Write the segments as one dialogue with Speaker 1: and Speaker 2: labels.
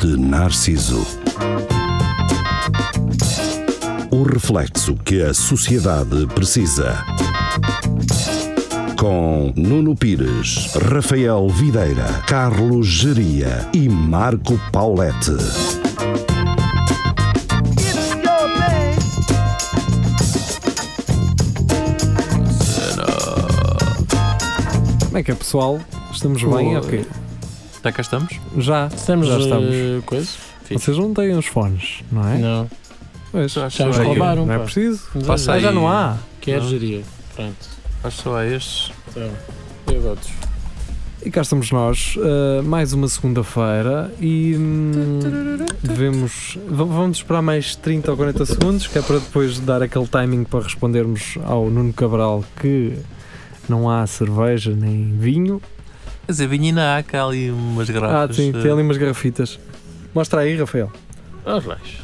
Speaker 1: de Narciso. O reflexo que a sociedade precisa. Com Nuno Pires, Rafael Videira, Carlos Geria e Marco Paulette.
Speaker 2: Como é que é, pessoal? Estamos bem? Ok.
Speaker 3: Já cá estamos?
Speaker 2: Já.
Speaker 4: Estamos
Speaker 2: Já estamos.
Speaker 4: eh, coisa?
Speaker 2: Vocês não têm os fones, não é?
Speaker 4: Não.
Speaker 2: Pois.
Speaker 3: Já,
Speaker 4: Já os
Speaker 3: só há-
Speaker 4: roubaram.
Speaker 2: Não é
Speaker 4: pá.
Speaker 2: preciso?
Speaker 4: Mas olha,
Speaker 3: Passa
Speaker 2: Ah,
Speaker 3: aí.
Speaker 2: já não há.
Speaker 4: Quer
Speaker 3: Não.
Speaker 4: geria. Pronto.
Speaker 3: Acho só é há estes.
Speaker 4: Então, e os outros?
Speaker 2: E cá estamos nós, uh, mais uma segunda-feira e hum, devemos. v- Vamos esperar mais 30 ou 40 segundos, que é para depois dar aquele timing para respondermos ao Nuno Cabral que não há cerveja nem vinho.
Speaker 3: Mas a vinhina há cá ali umas
Speaker 2: Ah,
Speaker 3: garrafas.
Speaker 2: sim,
Speaker 3: eh,
Speaker 2: tem ali umas garrafitas. Mostra aí, Rafael.
Speaker 4: Ah, relaxa.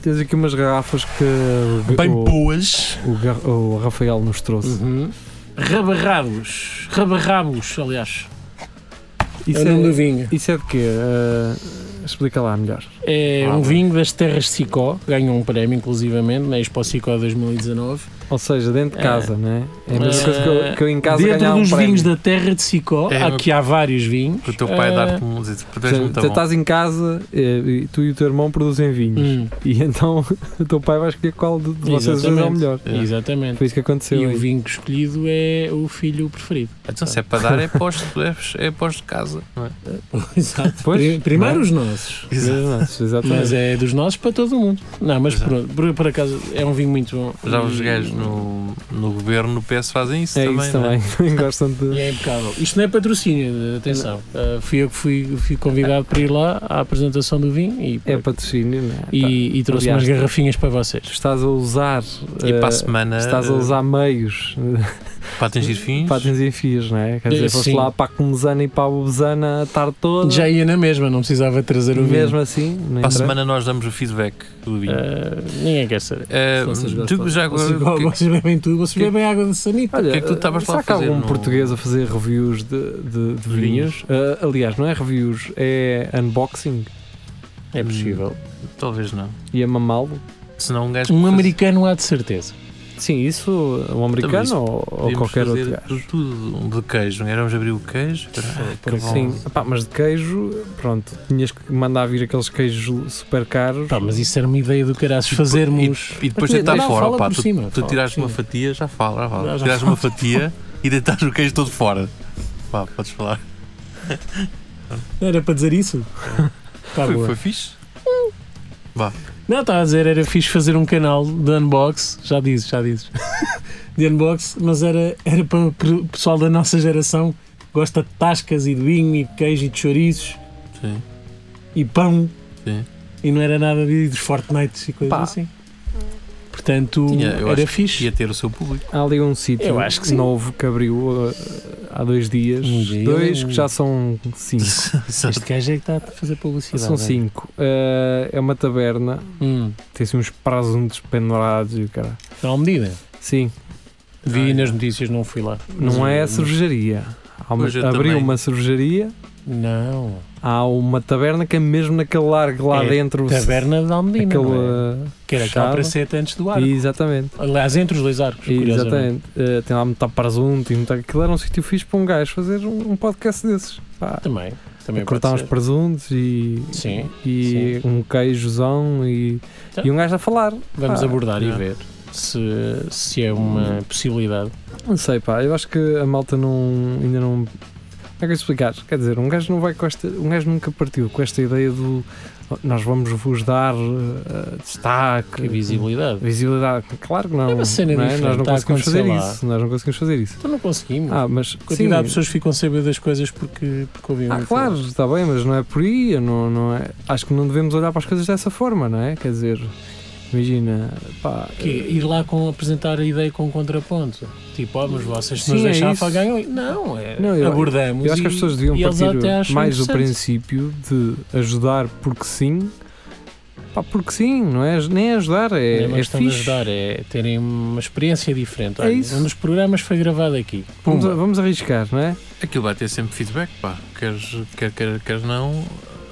Speaker 2: Tens aqui umas garrafas que
Speaker 3: Bem
Speaker 2: o,
Speaker 3: boas.
Speaker 2: o Gar- o Rafael nos trouxe.
Speaker 4: Uhum. Rabarrabos. Rabarrabos, aliás.
Speaker 2: Isso
Speaker 4: é o nome
Speaker 2: é-
Speaker 4: do vinho.
Speaker 2: Isso é de quê? Ah, explica lá melhor.
Speaker 4: É
Speaker 3: Ah,
Speaker 4: um
Speaker 3: bem.
Speaker 4: vinho das terras de Sicó. Ganhou um prémio, inclusivamente, na Expo Sicó 2019.
Speaker 2: Ou seja, dentro de casa, não é? É a mesma
Speaker 4: É.
Speaker 2: coisa que eu, que eu em casa
Speaker 4: Dentro
Speaker 2: ganhava
Speaker 4: dos
Speaker 2: um prémio.
Speaker 4: vinhos da terra de Sicó,
Speaker 3: É,
Speaker 4: aqui há vários vinhos.
Speaker 3: Que o teu pai
Speaker 4: Eh,
Speaker 3: dar-te um. diz, Tu és
Speaker 2: Portanto,
Speaker 3: muito
Speaker 2: tu
Speaker 3: bom.
Speaker 2: estás em casa, eh, e tu e o teu irmão produzem
Speaker 3: um
Speaker 2: vinhos.
Speaker 4: hum,
Speaker 2: E então o teu pai vai escolher qual de de vocês dois é o
Speaker 4: Exatamente.
Speaker 2: melhor.
Speaker 3: É.
Speaker 4: Exatamente.
Speaker 2: Foi isso que aconteceu.
Speaker 4: E
Speaker 2: aí.
Speaker 4: o vinho que escolhido é o filho preferido.
Speaker 3: Então, se é para dar, é pós, é, é pós de casa. Não é?
Speaker 4: Exato.
Speaker 2: Pois,
Speaker 4: Pri- Primeiro
Speaker 2: não é?
Speaker 4: os nossos.
Speaker 2: Mas não, Exatamente.
Speaker 4: Mas é dos nossos para todo o mundo. Não, mas
Speaker 3: Exato.
Speaker 4: pronto, por, por acaso é um vinho muito bom.
Speaker 3: Já os
Speaker 4: E-
Speaker 3: gajos no, no governo, no PS, fazem isso
Speaker 2: É
Speaker 3: também.
Speaker 2: isso
Speaker 3: não é?
Speaker 2: também. Também gostam
Speaker 4: E
Speaker 2: de.
Speaker 4: é impecável. Isto não é patrocínio, atenção. Ah, fui eu que fui, fui convidado para ir lá à apresentação do vinho e,
Speaker 2: É patrocínio, não é? Tá.
Speaker 4: e, e trouxe
Speaker 2: Aliás,
Speaker 4: umas garrafinhas para vocês.
Speaker 2: Tu estás a usar.
Speaker 3: E para
Speaker 2: eh,
Speaker 3: a semana.
Speaker 2: Estás a
Speaker 3: eh,
Speaker 2: usar meios eh,
Speaker 3: Para atingir fins.
Speaker 2: para atingir fios, não é? Quer dizer,
Speaker 4: Eh,
Speaker 2: foste
Speaker 4: sim.
Speaker 2: lá para a comesana e para a bobesana a tarde toda.
Speaker 4: Já ia na mesma, não precisava trazer o
Speaker 2: mesmo
Speaker 4: vinho.
Speaker 2: assim, não
Speaker 3: Para a
Speaker 2: interessa.
Speaker 3: semana, nós damos o feedback do vinho.
Speaker 4: Ah, ninguém quer saber.
Speaker 3: Eh,
Speaker 2: Eh, se vocês
Speaker 3: tu
Speaker 2: gostam.
Speaker 3: já
Speaker 4: Vocês,
Speaker 3: o que-
Speaker 4: vocês bebem tudo, vocês bebem água de sanita.
Speaker 2: Olha, eh,
Speaker 3: que é que tu estavas lá
Speaker 2: será
Speaker 3: a
Speaker 2: que há
Speaker 3: fazer
Speaker 2: algum
Speaker 3: no-
Speaker 2: português a fazer reviews de, de- de vinhos? Ah, aliás, não é reviews, é unboxing
Speaker 3: Ah,
Speaker 4: É possível.
Speaker 3: Talvez não.
Speaker 2: e a mamá-lo.
Speaker 3: Senão um gajo.
Speaker 4: Um
Speaker 3: faz-
Speaker 4: americano há de certeza.
Speaker 2: Sim, isso um americano
Speaker 3: isso
Speaker 2: ou, ou
Speaker 3: podíamos
Speaker 2: qualquer outro
Speaker 3: fazer
Speaker 2: gajo.
Speaker 3: Tudo um de queijo. não é? Éramos abrir o queijo. Ah, que bom.
Speaker 2: Sim, epá, mas de queijo, pronto, tinhas que mandar vir aqueles queijos super caros.
Speaker 3: Tá
Speaker 4: Pá, mas isso era uma ideia do caraças fazermos.
Speaker 3: E depois
Speaker 4: Mas,
Speaker 3: deitar
Speaker 4: não,
Speaker 3: fora,
Speaker 4: fala
Speaker 3: pá.
Speaker 4: por
Speaker 3: Tu,
Speaker 4: cima,
Speaker 3: tu
Speaker 4: fala
Speaker 3: tiraste
Speaker 4: por
Speaker 3: uma
Speaker 4: cima.
Speaker 3: fatia, já fala, já fala.
Speaker 4: Já, já
Speaker 3: tirares uma fatia e deitar o queijo todo fora. Pá, podes falar.
Speaker 4: Era para dizer isso? Tá
Speaker 3: foi,
Speaker 4: boa.
Speaker 3: foi fixe?
Speaker 4: Não, estava a dizer, era fixe fazer um canal de unbox, já dizes, já dizes, de unbox, mas era, era para o pe- pessoal da nossa geração que gosta de tascas e de vinho e de queijo e de chouriços
Speaker 3: Sim.
Speaker 4: e pão
Speaker 3: Sim.
Speaker 4: e não era nada de dos Fortnites e coisas
Speaker 2: Pá.
Speaker 4: assim. Portanto,
Speaker 3: Tinha, eu
Speaker 4: era
Speaker 3: acho
Speaker 4: fixe.
Speaker 3: Ia ter o seu público.
Speaker 2: Há ali um sítio
Speaker 4: Eu acho que sim.
Speaker 2: novo que abriu ah, há dois dias,
Speaker 4: Um dia,
Speaker 2: dois
Speaker 4: um-
Speaker 2: que já são cinco.
Speaker 4: Este gajo é que está a fazer publicidade.
Speaker 2: São
Speaker 4: é?
Speaker 2: cinco. Ah, é uma taberna,
Speaker 4: Hum,
Speaker 2: tem assim uns presuntos pendurados e o cara.
Speaker 4: estão à medida.
Speaker 2: Sim,
Speaker 4: Vi
Speaker 3: Ah,
Speaker 4: nas notícias, não fui lá.
Speaker 2: Não é a cervejaria. Há uma-
Speaker 3: Mas eu
Speaker 2: abriu
Speaker 3: também.
Speaker 2: uma cervejaria,
Speaker 4: Não.
Speaker 2: há uma taberna que é mesmo naquele largo lá
Speaker 4: É
Speaker 2: dentro.
Speaker 4: Taberna de Almedina.
Speaker 2: Aquele,
Speaker 4: não é?
Speaker 2: uh,
Speaker 4: Que era
Speaker 2: fechada.
Speaker 4: aquela praceta antes do arco.
Speaker 2: Exatamente.
Speaker 4: Aliás, entre os dois arcos, curiosamente.
Speaker 2: Exatamente. Uh, tem lá muito presunto e muito. Aquilo era um sítio fixe para um gajo fazer um, um podcast desses. Pá,
Speaker 4: Também, também É, pode
Speaker 2: É cortar uns
Speaker 4: ser.
Speaker 2: presuntos e,
Speaker 4: Sim,
Speaker 2: e um queijozão e,
Speaker 4: Tá.
Speaker 2: e um gajo a falar.
Speaker 4: vamos
Speaker 2: Ah,
Speaker 4: abordar e
Speaker 3: não.
Speaker 4: ver se, se é uma possibilidade.
Speaker 2: Não sei, pá. Eu acho que a malta não, ainda não. Como é que eu explicar? Quer dizer, um gajo, não vai com esta, um gajo nunca partiu com esta ideia do "Oh, nós vamos vos dar eh, destaque,
Speaker 4: Que visibilidade.
Speaker 2: visibilidade. Claro que não.
Speaker 4: É uma cena
Speaker 2: não é?
Speaker 4: diferente,
Speaker 2: Nós não
Speaker 4: está a
Speaker 2: conseguimos fazer
Speaker 4: acontecer lá.
Speaker 2: isso. Nós não conseguimos fazer isso.
Speaker 4: Então não conseguimos.
Speaker 2: Ah, mas.
Speaker 4: Quantidade de
Speaker 2: sim.
Speaker 4: pessoas ficam a saber das coisas porque, porque ouviram.
Speaker 2: Ah,
Speaker 4: falar.
Speaker 2: claro, está bem, mas não é por aí. eu Não, não é, acho que não devemos olhar para as coisas dessa forma, não é? Quer dizer, imagina. Pá,
Speaker 4: Que ir lá com, apresentar a ideia com um contraponto. Tipo, ah, mas vocês se
Speaker 2: Sim,
Speaker 4: nos
Speaker 2: é
Speaker 4: deixar
Speaker 2: isso.
Speaker 4: para ganhar. Não, é,
Speaker 2: Não, eu-
Speaker 4: abordamos.
Speaker 2: Eu acho que as
Speaker 4: e-
Speaker 2: pessoas deviam
Speaker 4: e eles até
Speaker 2: partir
Speaker 4: acham
Speaker 2: mais do
Speaker 4: interessante.
Speaker 2: princípio de ajudar porque sim. Pá, porque sim, não é? Nem é ajudar, é,
Speaker 4: Não é uma
Speaker 2: é
Speaker 4: questão de
Speaker 2: fixe.
Speaker 4: ajudar, é terem uma experiência diferente.
Speaker 2: É
Speaker 4: Olha,
Speaker 2: isso.
Speaker 4: Um dos programas foi gravado aqui.
Speaker 2: Vamos,
Speaker 4: Pumba.
Speaker 2: vamos arriscar, não é?
Speaker 3: Aquilo vai ter sempre feedback, pá. Queres, quer, quer, quer não.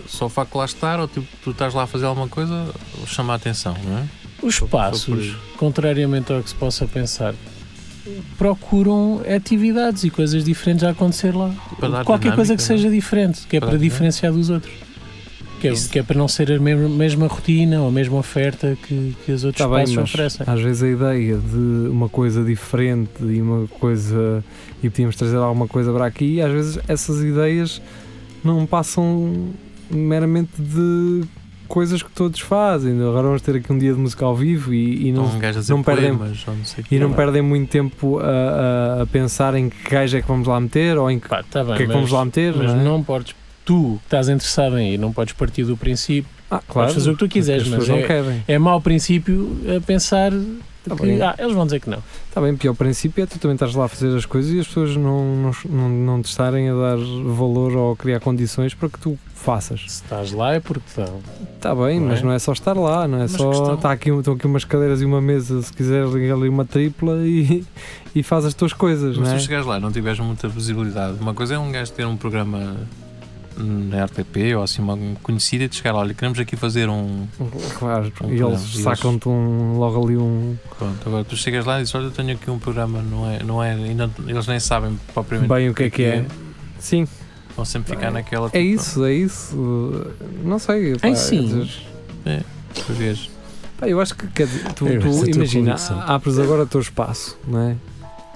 Speaker 3: só o facto de lá estar, ou tipo, tu estás lá a fazer alguma coisa, chama a atenção, não é?
Speaker 4: Os
Speaker 3: Só- só por
Speaker 4: passos,
Speaker 3: aí.
Speaker 4: contrariamente ao que se possa pensar, procuram atividades e coisas diferentes a acontecer lá.
Speaker 3: Para dar
Speaker 4: Qualquer
Speaker 3: dinâmica,
Speaker 4: coisa que
Speaker 3: não é?
Speaker 4: seja diferente, que é
Speaker 3: Para
Speaker 4: para,
Speaker 3: dar
Speaker 4: diferenciar dos outros. Que é,
Speaker 3: Isso.
Speaker 4: que é para não ser a mesma, mesma rotina ou a mesma oferta que, que os outros
Speaker 2: Tá bem,
Speaker 4: espaços
Speaker 2: mas
Speaker 4: oferecem.
Speaker 2: às vezes a ideia de uma coisa diferente e uma coisa e podíamos trazer alguma coisa para aqui, às vezes essas ideias não passam meramente de coisas que todos fazem. Agora vamos ter aqui um dia de música ao vivo e, e
Speaker 3: Não,
Speaker 2: não,
Speaker 3: um gajo a dizer
Speaker 2: não perdem-
Speaker 3: poemas, ou não sei o quê.
Speaker 2: e não
Speaker 4: Claro.
Speaker 2: perdem muito tempo a, a- a pensar em que gajo é que vamos lá meter ou em que,
Speaker 4: Pá, tá bem,
Speaker 2: que é que
Speaker 4: mas,
Speaker 2: vamos lá meter.
Speaker 4: mas
Speaker 2: não é?
Speaker 4: não podes, tu que estás interessado em ir, não podes partir do princípio,
Speaker 2: Ah,
Speaker 4: podes fazer o que tu quiseres,
Speaker 2: as
Speaker 4: mas
Speaker 2: pessoas não
Speaker 4: é,
Speaker 2: querem.
Speaker 4: é mau princípio a pensar
Speaker 2: Tá
Speaker 4: que
Speaker 2: bem.
Speaker 4: ah, eles vão dizer que não.
Speaker 2: Está bem, pior princípio é tu também estás lá a fazer as coisas e as pessoas não, não, não, não te estarem a dar valor ou a criar condições para que tu faças.
Speaker 4: Se estás lá é porque estão.
Speaker 2: Está bem,
Speaker 4: Não é?
Speaker 2: mas não é só estar lá, não é
Speaker 3: Mas
Speaker 2: só.
Speaker 3: questão-
Speaker 2: Tá aqui, estão aqui umas cadeiras e uma mesa, se quiseres liga ali uma tripla e, e faz as tuas coisas,
Speaker 3: Mas
Speaker 2: não é?
Speaker 3: se tu chegares lá e não tiveres muita visibilidade, uma coisa é um gajo ter um programa na RTP ou assim, uma conhecida, de chegar lá, olha, queremos aqui fazer um.
Speaker 2: Claro,
Speaker 3: Não,
Speaker 2: e
Speaker 3: não,
Speaker 2: eles
Speaker 3: eles-
Speaker 2: sacam-te um, logo ali um.
Speaker 3: Pronto, agora tu chegas lá e dizes, olha, eu tenho aqui um programa, não é? Não é ainda, eles nem sabem propriamente
Speaker 2: Bem, o que é que é? Sim,
Speaker 3: Vão sempre ficar
Speaker 2: Bem,
Speaker 3: naquela.
Speaker 2: é
Speaker 3: tipo,
Speaker 2: isso, é isso. Uh, Não sei. pá,
Speaker 4: Ai, sim.
Speaker 2: quer dizer,
Speaker 3: "Não, tu vês."
Speaker 2: Pá, eu acho que quer dizer, tu,
Speaker 4: Eu
Speaker 2: tu
Speaker 4: acho é a tua
Speaker 2: imagina,
Speaker 4: convicção.
Speaker 2: abres agora o teu espaço, não é?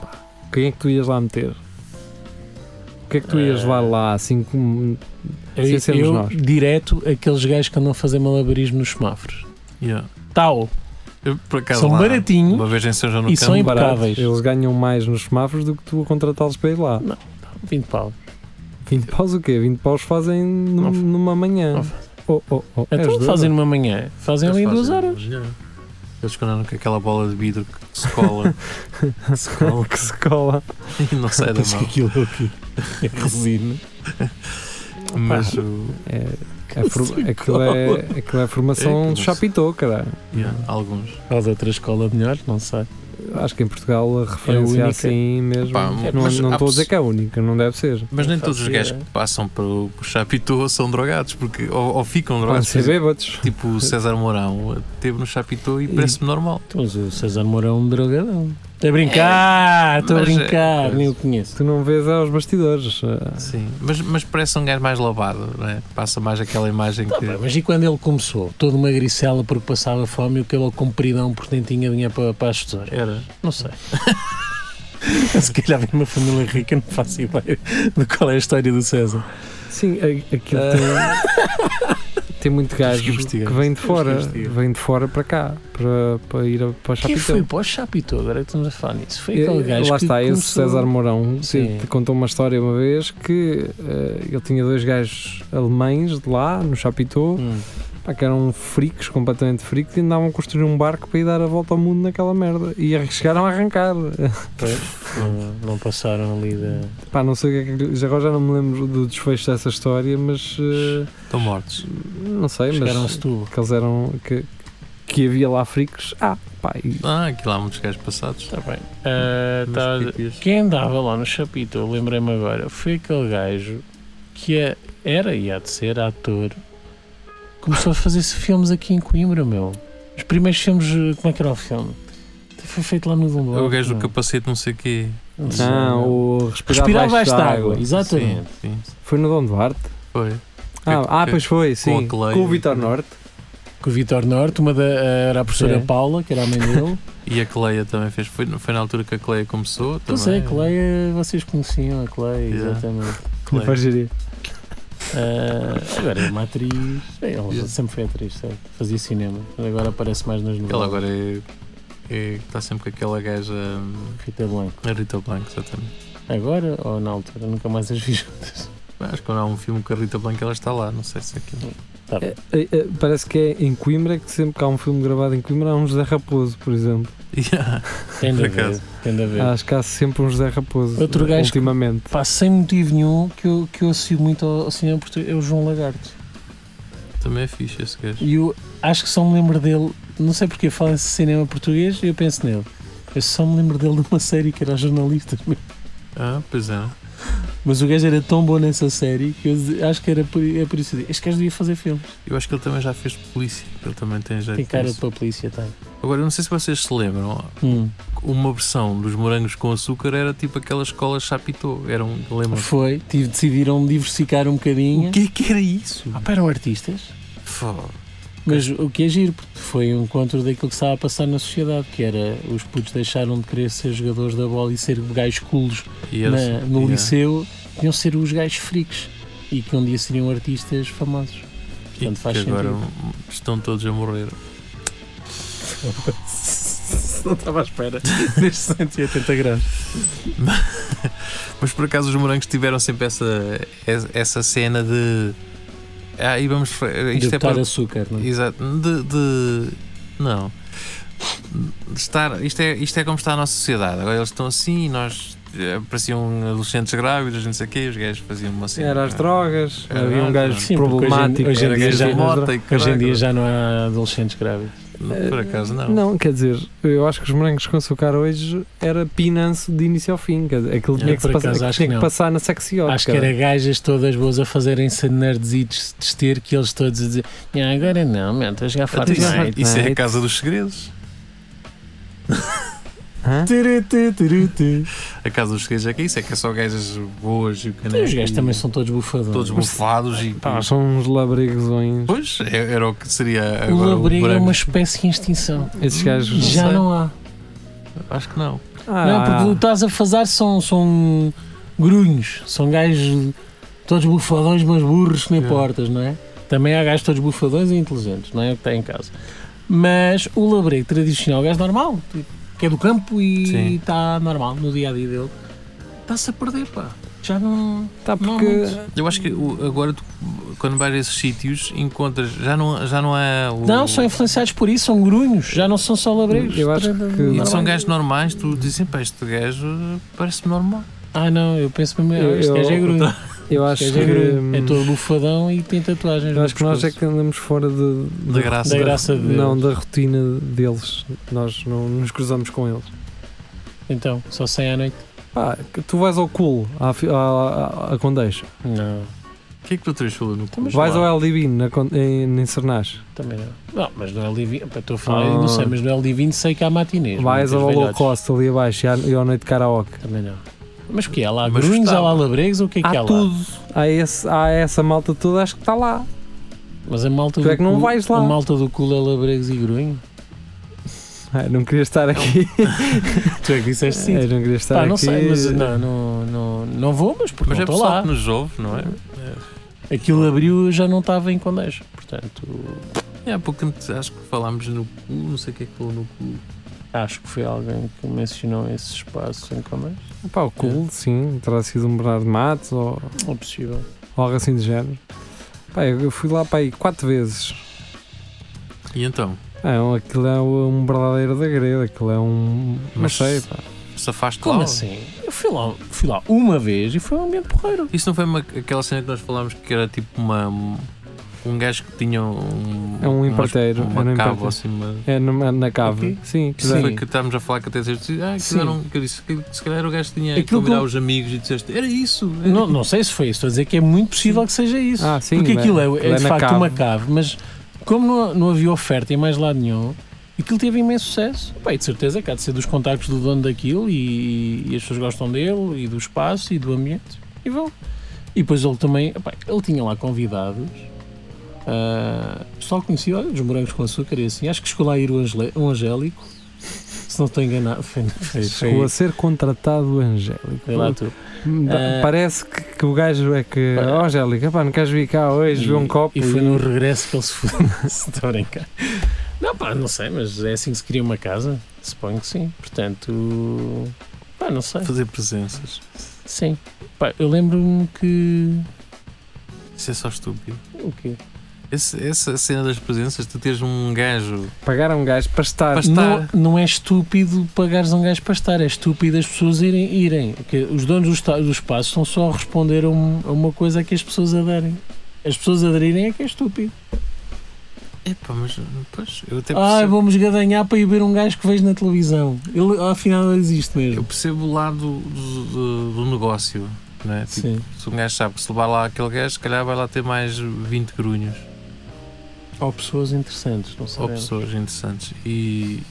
Speaker 2: Pá, Quem é que tu ias lá meter? O que é que tu ias
Speaker 4: Eh,
Speaker 2: levar lá, assim como.
Speaker 4: Eu,
Speaker 2: Sem sermos
Speaker 4: eu,
Speaker 2: Assim nós.
Speaker 4: direto aqueles gajos que andam a fazer malabarismo nos semáforos.
Speaker 3: Yeah.
Speaker 4: Tal,
Speaker 3: Eu, por acaso,
Speaker 4: são
Speaker 3: lá,
Speaker 4: baratinhos.
Speaker 3: Uma vez em São João no
Speaker 4: E
Speaker 3: Campo,
Speaker 4: são em-
Speaker 2: barato?
Speaker 4: impecáveis.
Speaker 2: Eles ganham mais nos semáforos do que tu a contratá-los para ir lá.
Speaker 4: 20 pau.
Speaker 2: 20 paus o quê? 20 paus fazem num-
Speaker 4: Não fa-
Speaker 2: numa manhã.
Speaker 4: não faz.
Speaker 2: Oh, oh, oh, é
Speaker 4: Então
Speaker 2: ajuda.
Speaker 4: fazem numa manhã, fazem
Speaker 3: eles
Speaker 4: ali duas
Speaker 3: fazem- um-
Speaker 4: horas.
Speaker 3: Yeah. Eles quando andam com aquela bola de vidro que se cola, que se cola
Speaker 2: que se cola.
Speaker 3: e não sai da
Speaker 4: Penso que
Speaker 3: mão.
Speaker 4: aquilo é o quê? É resina.
Speaker 3: Mas o.
Speaker 2: É, é, for-
Speaker 4: se cola.
Speaker 2: aquilo, é, aquilo é formação
Speaker 3: É,
Speaker 2: de chapitô, cara.
Speaker 3: Yeah, alguns.
Speaker 4: Ou de outra escola melhor, não sei.
Speaker 2: Acho que em Portugal a referência
Speaker 4: única.
Speaker 2: assim mesmo.
Speaker 3: Pá,
Speaker 2: não
Speaker 3: mas
Speaker 2: não
Speaker 3: há
Speaker 2: estou a
Speaker 3: pessoas-
Speaker 2: dizer que é a única, não deve ser.
Speaker 3: Mas
Speaker 4: Não
Speaker 3: nem todos os
Speaker 4: faço
Speaker 3: gajos
Speaker 4: ideia.
Speaker 3: que passam para o para o Chapitô são drogados, porque, ou, ou ficam
Speaker 2: Podem
Speaker 3: drogados.
Speaker 2: ser bêbados.
Speaker 3: Tipo o César Mourão teve no Chapitô e parece-me normal.
Speaker 4: Então, mas o César Mourão é um drogadão. Estou a brincar, estou a
Speaker 3: mas é-
Speaker 4: brincar, nem o conheço.
Speaker 2: Tu não vês aos bastidores. ah,
Speaker 3: Sim, mas, mas parece um gajo mais lavado, não é? Passa mais aquela imagem que.
Speaker 4: Pá, Mas e quando ele começou? Todo uma gricela porque passava fome e o cabelo compridão porque nem tinha dinheiro para, para as tesouras.
Speaker 3: Era.
Speaker 4: Não sei. Se calhar vem uma família rica, não faço ideia de qual é a história do César.
Speaker 2: Sim, a- aquilo
Speaker 4: Ah.
Speaker 2: tem, tem muito gajo
Speaker 4: que
Speaker 2: que,
Speaker 4: investigar.
Speaker 2: vem de fora.
Speaker 4: investigar.
Speaker 2: Vem de fora para cá, para, para ir a- para
Speaker 4: Quem foi
Speaker 2: Chapitão. É,
Speaker 4: para o Chapitão? Agora é que estamos a falar nisso. Foi aquele gajo
Speaker 2: Eh, Lá
Speaker 4: que
Speaker 2: está, esse
Speaker 4: começou-
Speaker 2: César Mourão
Speaker 4: Sim.
Speaker 2: te, te contou uma história uma vez que ah, ele tinha dois gajos alemães de lá, no Chapitão,
Speaker 4: Hum.
Speaker 2: pá, que eram freaks, completamente freaks, e andavam a construir um barco para ir dar a volta ao mundo naquela merda. E ar- chegaram a arrancar.
Speaker 4: Não, não passaram ali da.
Speaker 2: Pá, não sei o que é que. Agora já não me lembro do desfecho dessa história, mas. ah,
Speaker 3: Estão mortos.
Speaker 2: não sei, mas.
Speaker 4: Chegaram-se tu.
Speaker 2: que eles eram que, que havia lá fricos. Ah, pá, e
Speaker 3: Ah, aquilo há muitos gajos passados.
Speaker 4: Está Tá bem. Ah,
Speaker 3: Mas
Speaker 4: tá-
Speaker 3: pipis.
Speaker 4: Quem andava lá no Chapito, eu lembrei-me agora, foi aquele gajo que é- era e há de ser ator. Começou a fazer-se filmes aqui em Coimbra, meu. Os primeiros filmes, eh, como é que era o filme? Foi feito lá no Dumbo.
Speaker 3: É o gajo do capacete, não sei o quê.
Speaker 2: não, o respirar,
Speaker 4: Respirar
Speaker 2: baixo
Speaker 4: Ah, baixo
Speaker 2: da
Speaker 4: d'água, exatamente.
Speaker 3: Sim, sim.
Speaker 2: Foi no Dom Duarte?
Speaker 3: Foi.
Speaker 2: Ah,
Speaker 3: Que-
Speaker 2: ah,
Speaker 3: que-
Speaker 2: pois foi, sim.
Speaker 3: a
Speaker 2: Com,
Speaker 3: Cleia.
Speaker 2: o Vitor Norte.
Speaker 4: Com o Vitor Norte, uma da, eh, era a professora
Speaker 2: É.
Speaker 4: Paula, que era a mãe dele.
Speaker 3: E a Cleia também fez. Foi, foi na altura que a Cleia começou.
Speaker 4: Não
Speaker 3: também.
Speaker 4: sei, é, a Cleia, vocês conheciam a Cleia,
Speaker 3: Yeah.
Speaker 4: exatamente.
Speaker 3: Cleia.
Speaker 2: Faz gerir.
Speaker 4: Ah, agora é uma atriz. Bem, Ela
Speaker 3: Yeah.
Speaker 4: sempre foi atriz, sabe? fazia cinema. Agora aparece mais nas
Speaker 3: Ele
Speaker 4: novelas.
Speaker 3: agora é. é- Está sempre com aquela gaja. hum,
Speaker 4: Rita Blanco.
Speaker 3: A Rita Blanco, exatamente.
Speaker 4: Agora ou na altura? Nunca mais as vi juntas.
Speaker 3: Acho que quando há um filme com a Rita Blanco, ela está lá. Não sei se é aquilo.
Speaker 4: Tá bem.
Speaker 2: Parece que é em Coimbra que sempre que há um filme gravado em Coimbra há um José Raposo, por exemplo.
Speaker 3: Yeah.
Speaker 4: Tem de
Speaker 3: Por
Speaker 4: haver.
Speaker 3: acaso. Ah.
Speaker 4: Tem de haver.
Speaker 2: Acho que há sempre um José Raposo.
Speaker 4: Outro
Speaker 2: eh,
Speaker 4: gajo que-
Speaker 2: Ultimamente.
Speaker 4: Pá, sem motivo nenhum que eu, que eu associo muito ao, ao cinema português é o João Lagarto.
Speaker 3: Também é fixe esse gajo.
Speaker 4: E eu acho que só me lembro dele, não sei porque falam-se de cinema português e eu penso nele. Eu só me lembro dele de uma série que era jornalista.
Speaker 3: Ah, pois é.
Speaker 4: Mas o gajo era tão bom nessa série que eu de- acho que era por, é por isso. que eu digo, Este gajo devia fazer filmes.
Speaker 3: Eu acho que ele também já fez polícia. Ele também tem jeito.
Speaker 4: Tem cara de
Speaker 3: disso.
Speaker 4: para a polícia, tem.
Speaker 3: Agora, eu não sei se vocês se lembram,
Speaker 4: Hum.
Speaker 3: uma versão dos morangos com açúcar era tipo aquelas colas Chapitou. Era um. Lembram-se?
Speaker 4: Foi, tive, decidiram diversificar um bocadinho.
Speaker 3: O que é que era isso?
Speaker 4: Ah, pá, eram artistas.
Speaker 3: Fó.
Speaker 4: Mas o que é giro, porque foi um encontro daquilo que estava a passar na sociedade, que era os putos deixaram de querer ser jogadores da bola e ser gajos culos
Speaker 3: E
Speaker 4: na-
Speaker 3: era- assim,
Speaker 4: no
Speaker 3: yeah.
Speaker 4: liceu, tinham de ser os gajos freaks e que um dia seriam artistas famosos.
Speaker 3: E
Speaker 4: Portanto, faz
Speaker 3: que agora hum, estão todos a morrer.
Speaker 4: Não estava à espera destes 180 graus.
Speaker 3: Mas por acaso os morangos tiveram sempre essa, essa cena de. Ah, e vamos. Isto é
Speaker 4: Isto
Speaker 3: para.
Speaker 4: açúcar, não é?
Speaker 3: Exato. De. de- não. De estar, isto, é, isto é como está a nossa sociedade. Agora eles estão assim e nós. eh, Pareciam adolescentes grávidos, não sei o quê. Os gajos faziam uma cena.
Speaker 2: Era as drogas,
Speaker 3: Era
Speaker 2: havia um
Speaker 3: as
Speaker 2: gajo
Speaker 3: drogas.
Speaker 4: Sim, porque
Speaker 2: problemático.
Speaker 4: hoje em- hoje em
Speaker 3: Era
Speaker 4: dia
Speaker 3: gajo
Speaker 4: já-
Speaker 3: de mota e
Speaker 4: Hoje em
Speaker 3: caralho.
Speaker 4: dia já não há adolescentes grávidos.
Speaker 3: Não, Por acaso não.
Speaker 2: Não, quer dizer, eu acho que os morangos com açúcar hoje era pinanço de início ao fim. Quer dizer, aquilo
Speaker 3: É,
Speaker 2: tinha, que, se
Speaker 4: por acaso
Speaker 2: passar, aquilo
Speaker 4: acho
Speaker 2: tinha
Speaker 4: que
Speaker 2: que
Speaker 4: não.
Speaker 2: passar na sexy hot,
Speaker 4: Acho que
Speaker 2: cara.
Speaker 4: era gajas todas boas a fazerem-se nerdzitos de ester que eles todos a dizer "Nhá, agora não, man, estou a jogar
Speaker 3: Então, isso, é,
Speaker 2: Fortnite.
Speaker 3: isso é a casa dos segredos.
Speaker 2: Hã?
Speaker 4: Fortnite."
Speaker 3: A casa dos segredos é que é isso, é que é só gajas boas e o
Speaker 4: Então,
Speaker 3: canal.
Speaker 4: Os gajos também são todos bufadores.
Speaker 3: todos bufados e.
Speaker 2: Pá, são uns labregozões.
Speaker 3: Pois, é- era o que seria
Speaker 4: o
Speaker 3: agora.
Speaker 4: labrego é
Speaker 3: branco.
Speaker 4: uma espécie em extinção.
Speaker 2: Esses gajos.
Speaker 4: Já
Speaker 3: sei.
Speaker 4: não há.
Speaker 3: Acho que não.
Speaker 2: Ah,
Speaker 4: Não, porque o que estás a fazer são, são grunhos, são gajos todos bufadões, mas burros que nem
Speaker 3: É.
Speaker 4: portas, não é? Também há gajos todos bufadões e inteligentes, não é o que está em casa. Mas o labrego tradicional, o gajo normal, tipo, que é do campo
Speaker 3: Sim.
Speaker 4: e está normal no dia a dia dele, está-se a perder, pá. Já não.
Speaker 2: tá
Speaker 4: não há
Speaker 2: porque.
Speaker 4: muito.
Speaker 3: Eu acho que o- agora, tu, quando vais a esses sítios, encontras. Já não, já não é. O,
Speaker 4: Não, são influenciados por isso, são grunhos, já não são só labregos.
Speaker 2: Eu acho
Speaker 4: Tra-
Speaker 2: que-
Speaker 3: E
Speaker 4: normais.
Speaker 3: são gajos normais, tu dizem, pá, este gajo parece-me normal.
Speaker 4: Ah, não, eu penso mesmo,
Speaker 2: Eu-
Speaker 4: este gajo é
Speaker 2: eu-
Speaker 4: grunho.
Speaker 2: Eu acho
Speaker 4: Este
Speaker 2: que.
Speaker 4: gajo é grunho. É
Speaker 2: hum,
Speaker 4: todo bufadão e tem tatuagens.
Speaker 2: Eu
Speaker 4: no
Speaker 2: acho que nós é
Speaker 4: pescoço.
Speaker 2: que andamos fora de,
Speaker 3: Da graça.
Speaker 4: Da graça de Deus.
Speaker 2: não da rotina deles. Nós não nos cruzamos com eles.
Speaker 4: Então, só 100 à noite?
Speaker 2: Pá, que tu vais ao cool, à, fi- à, à, à Condeixa.
Speaker 4: Não.
Speaker 3: O que é que tu tens falou no cu?
Speaker 2: Então, vais ao LDB na, Con- em, em Sernás.
Speaker 4: Também não. Não, mas no LD20, pá, estou a falar,
Speaker 2: Ah. é
Speaker 4: não sei, mas no LD20 sei que há matinês.
Speaker 2: Vais
Speaker 4: muitas
Speaker 2: ao
Speaker 4: velhotes.
Speaker 2: Low Cost ali abaixo e à, e à noite de karaoke.
Speaker 4: Também não. Mas o que é? Há lá
Speaker 3: Mas
Speaker 4: grunhos, há
Speaker 3: gostava.
Speaker 4: lá labregos, ou o que é que há,
Speaker 2: há
Speaker 4: lá?
Speaker 2: tudo. Há, esse, há essa malta toda, acho que está lá.
Speaker 4: Mas a malta
Speaker 2: Tu
Speaker 4: do
Speaker 2: é que não
Speaker 4: cu-
Speaker 2: vais lá.
Speaker 4: A malta do culo é labregos e grunho.
Speaker 2: Ai, É, não queria estar aqui.
Speaker 4: Tu é que disseste sim.
Speaker 2: Ai, não queria estar
Speaker 4: Pá,
Speaker 2: tá aqui.
Speaker 4: não sei, mas não, não, não, não vou, mas porque
Speaker 3: Mas
Speaker 4: não
Speaker 3: é
Speaker 4: estou
Speaker 3: pessoal
Speaker 4: lá.
Speaker 3: que nos ouve, não é?
Speaker 4: Aquilo abriu eu já não estava em Condés, portanto,
Speaker 3: É, há pouco tempo acho que falámos no cu, não sei o que é que falou no cu.
Speaker 4: acho que foi alguém que mencionou esse espaço em Condés.
Speaker 2: Pá, o cool, sim. Terá sido um Bernardo Matos ou,
Speaker 4: É possível.
Speaker 2: ou algo assim de género. Pá, eu eu fui lá para aí quatro vezes.
Speaker 3: E então?
Speaker 2: É, um- aquilo é um verdadeiro degredo, aquilo é um. Não
Speaker 3: Mas-
Speaker 2: sei, pá.
Speaker 3: Safaste
Speaker 4: Como
Speaker 3: lá?
Speaker 4: assim? Eu fui lá, fui lá uma vez e foi um ambiente porreiro.
Speaker 3: Isso não foi uma- aquela cena que nós falámos que era tipo uma. Um gajo que tinha um.
Speaker 2: É um
Speaker 3: umas-
Speaker 2: emparteiro,
Speaker 3: Uma
Speaker 2: era um
Speaker 3: cabo
Speaker 2: emparteiro.
Speaker 3: assim, uma.
Speaker 2: É na, na cave.
Speaker 4: Ok.
Speaker 2: Sim,
Speaker 3: Isso
Speaker 4: Sim.
Speaker 2: quiser.
Speaker 3: foi que estávamos a falar que até disseste, ah,
Speaker 4: Sim.
Speaker 3: que, era um, que eu disse, que se calhar o gajo tinha que
Speaker 4: Aquilo
Speaker 3: convidar
Speaker 4: que-
Speaker 3: os amigos e disseste, era isso. era
Speaker 4: Não, não sei se foi isso, estou a dizer que é muito possível que seja isso.
Speaker 2: Ah, sim,
Speaker 4: Porque
Speaker 2: bem,
Speaker 4: aquilo é, é,
Speaker 2: aquilo é
Speaker 4: de
Speaker 2: na
Speaker 4: facto
Speaker 2: cave.
Speaker 4: uma cave, mas como não, não havia oferta em mais lado nenhum, aquilo teve imenso sucesso. Bem, de certeza que há de ser dos contactos do dono daquilo e, e as pessoas gostam dele e do espaço e do ambiente e vão. E depois ele também, epá, ele tinha lá convidados, ah, pessoal conhecido, olha, dos morangos com açúcar e assim. Acho que chegou lá a ir o Angele- um Angélico, se não estou enganado. Foi, foi,
Speaker 2: Chegou a
Speaker 4: foi,
Speaker 2: ser contratado o Angélico.
Speaker 4: foi lá tu.
Speaker 2: Hum, pa-
Speaker 4: Eh,
Speaker 2: Parece que, que o gajo é que.
Speaker 4: Pa-
Speaker 2: Ó, Angélico, pá, não queres vir cá hoje
Speaker 4: E-
Speaker 2: ver um copo?
Speaker 4: E foi no regresso que ele se fudeu. Estou a brincar. Não, pá, não sei, mas é assim que se cria uma casa? Suponho que sim. Portanto, pá, não sei.
Speaker 3: Fazer presenças.
Speaker 4: Sim. Pá, eu lembro-me que.
Speaker 3: Isso é só estúpido.
Speaker 4: O quê?
Speaker 3: Esse- essa cena das presenças, tu tens um gajo.
Speaker 2: Pagaram um gajo para estar.
Speaker 3: Mas-
Speaker 4: Não,
Speaker 3: Estar.
Speaker 4: não é estúpido pagares a um gajo para estar, é estúpido as pessoas irem. irem. Porque os donos do, esta- do espaço estão só a responder a, um- a uma coisa que as pessoas aderem. As pessoas aderirem é que é estúpido.
Speaker 3: Epá, mas pois, eu até
Speaker 4: Ah,
Speaker 3: percebo,
Speaker 4: vamos gadanhar para ir ver um gajo que vejo na televisão. Ele, afinal, existe mesmo.
Speaker 3: eu percebo o lado do, do- do negócio. não é? Tipo,
Speaker 4: Sim.
Speaker 3: se um gajo sabe que se levar lá aquele gajo, se calhar vai lá ter mais 20 grunhos
Speaker 4: Ou pessoas interessantes, não
Speaker 3: ou
Speaker 4: sabemos.
Speaker 3: pessoas interessantes. E.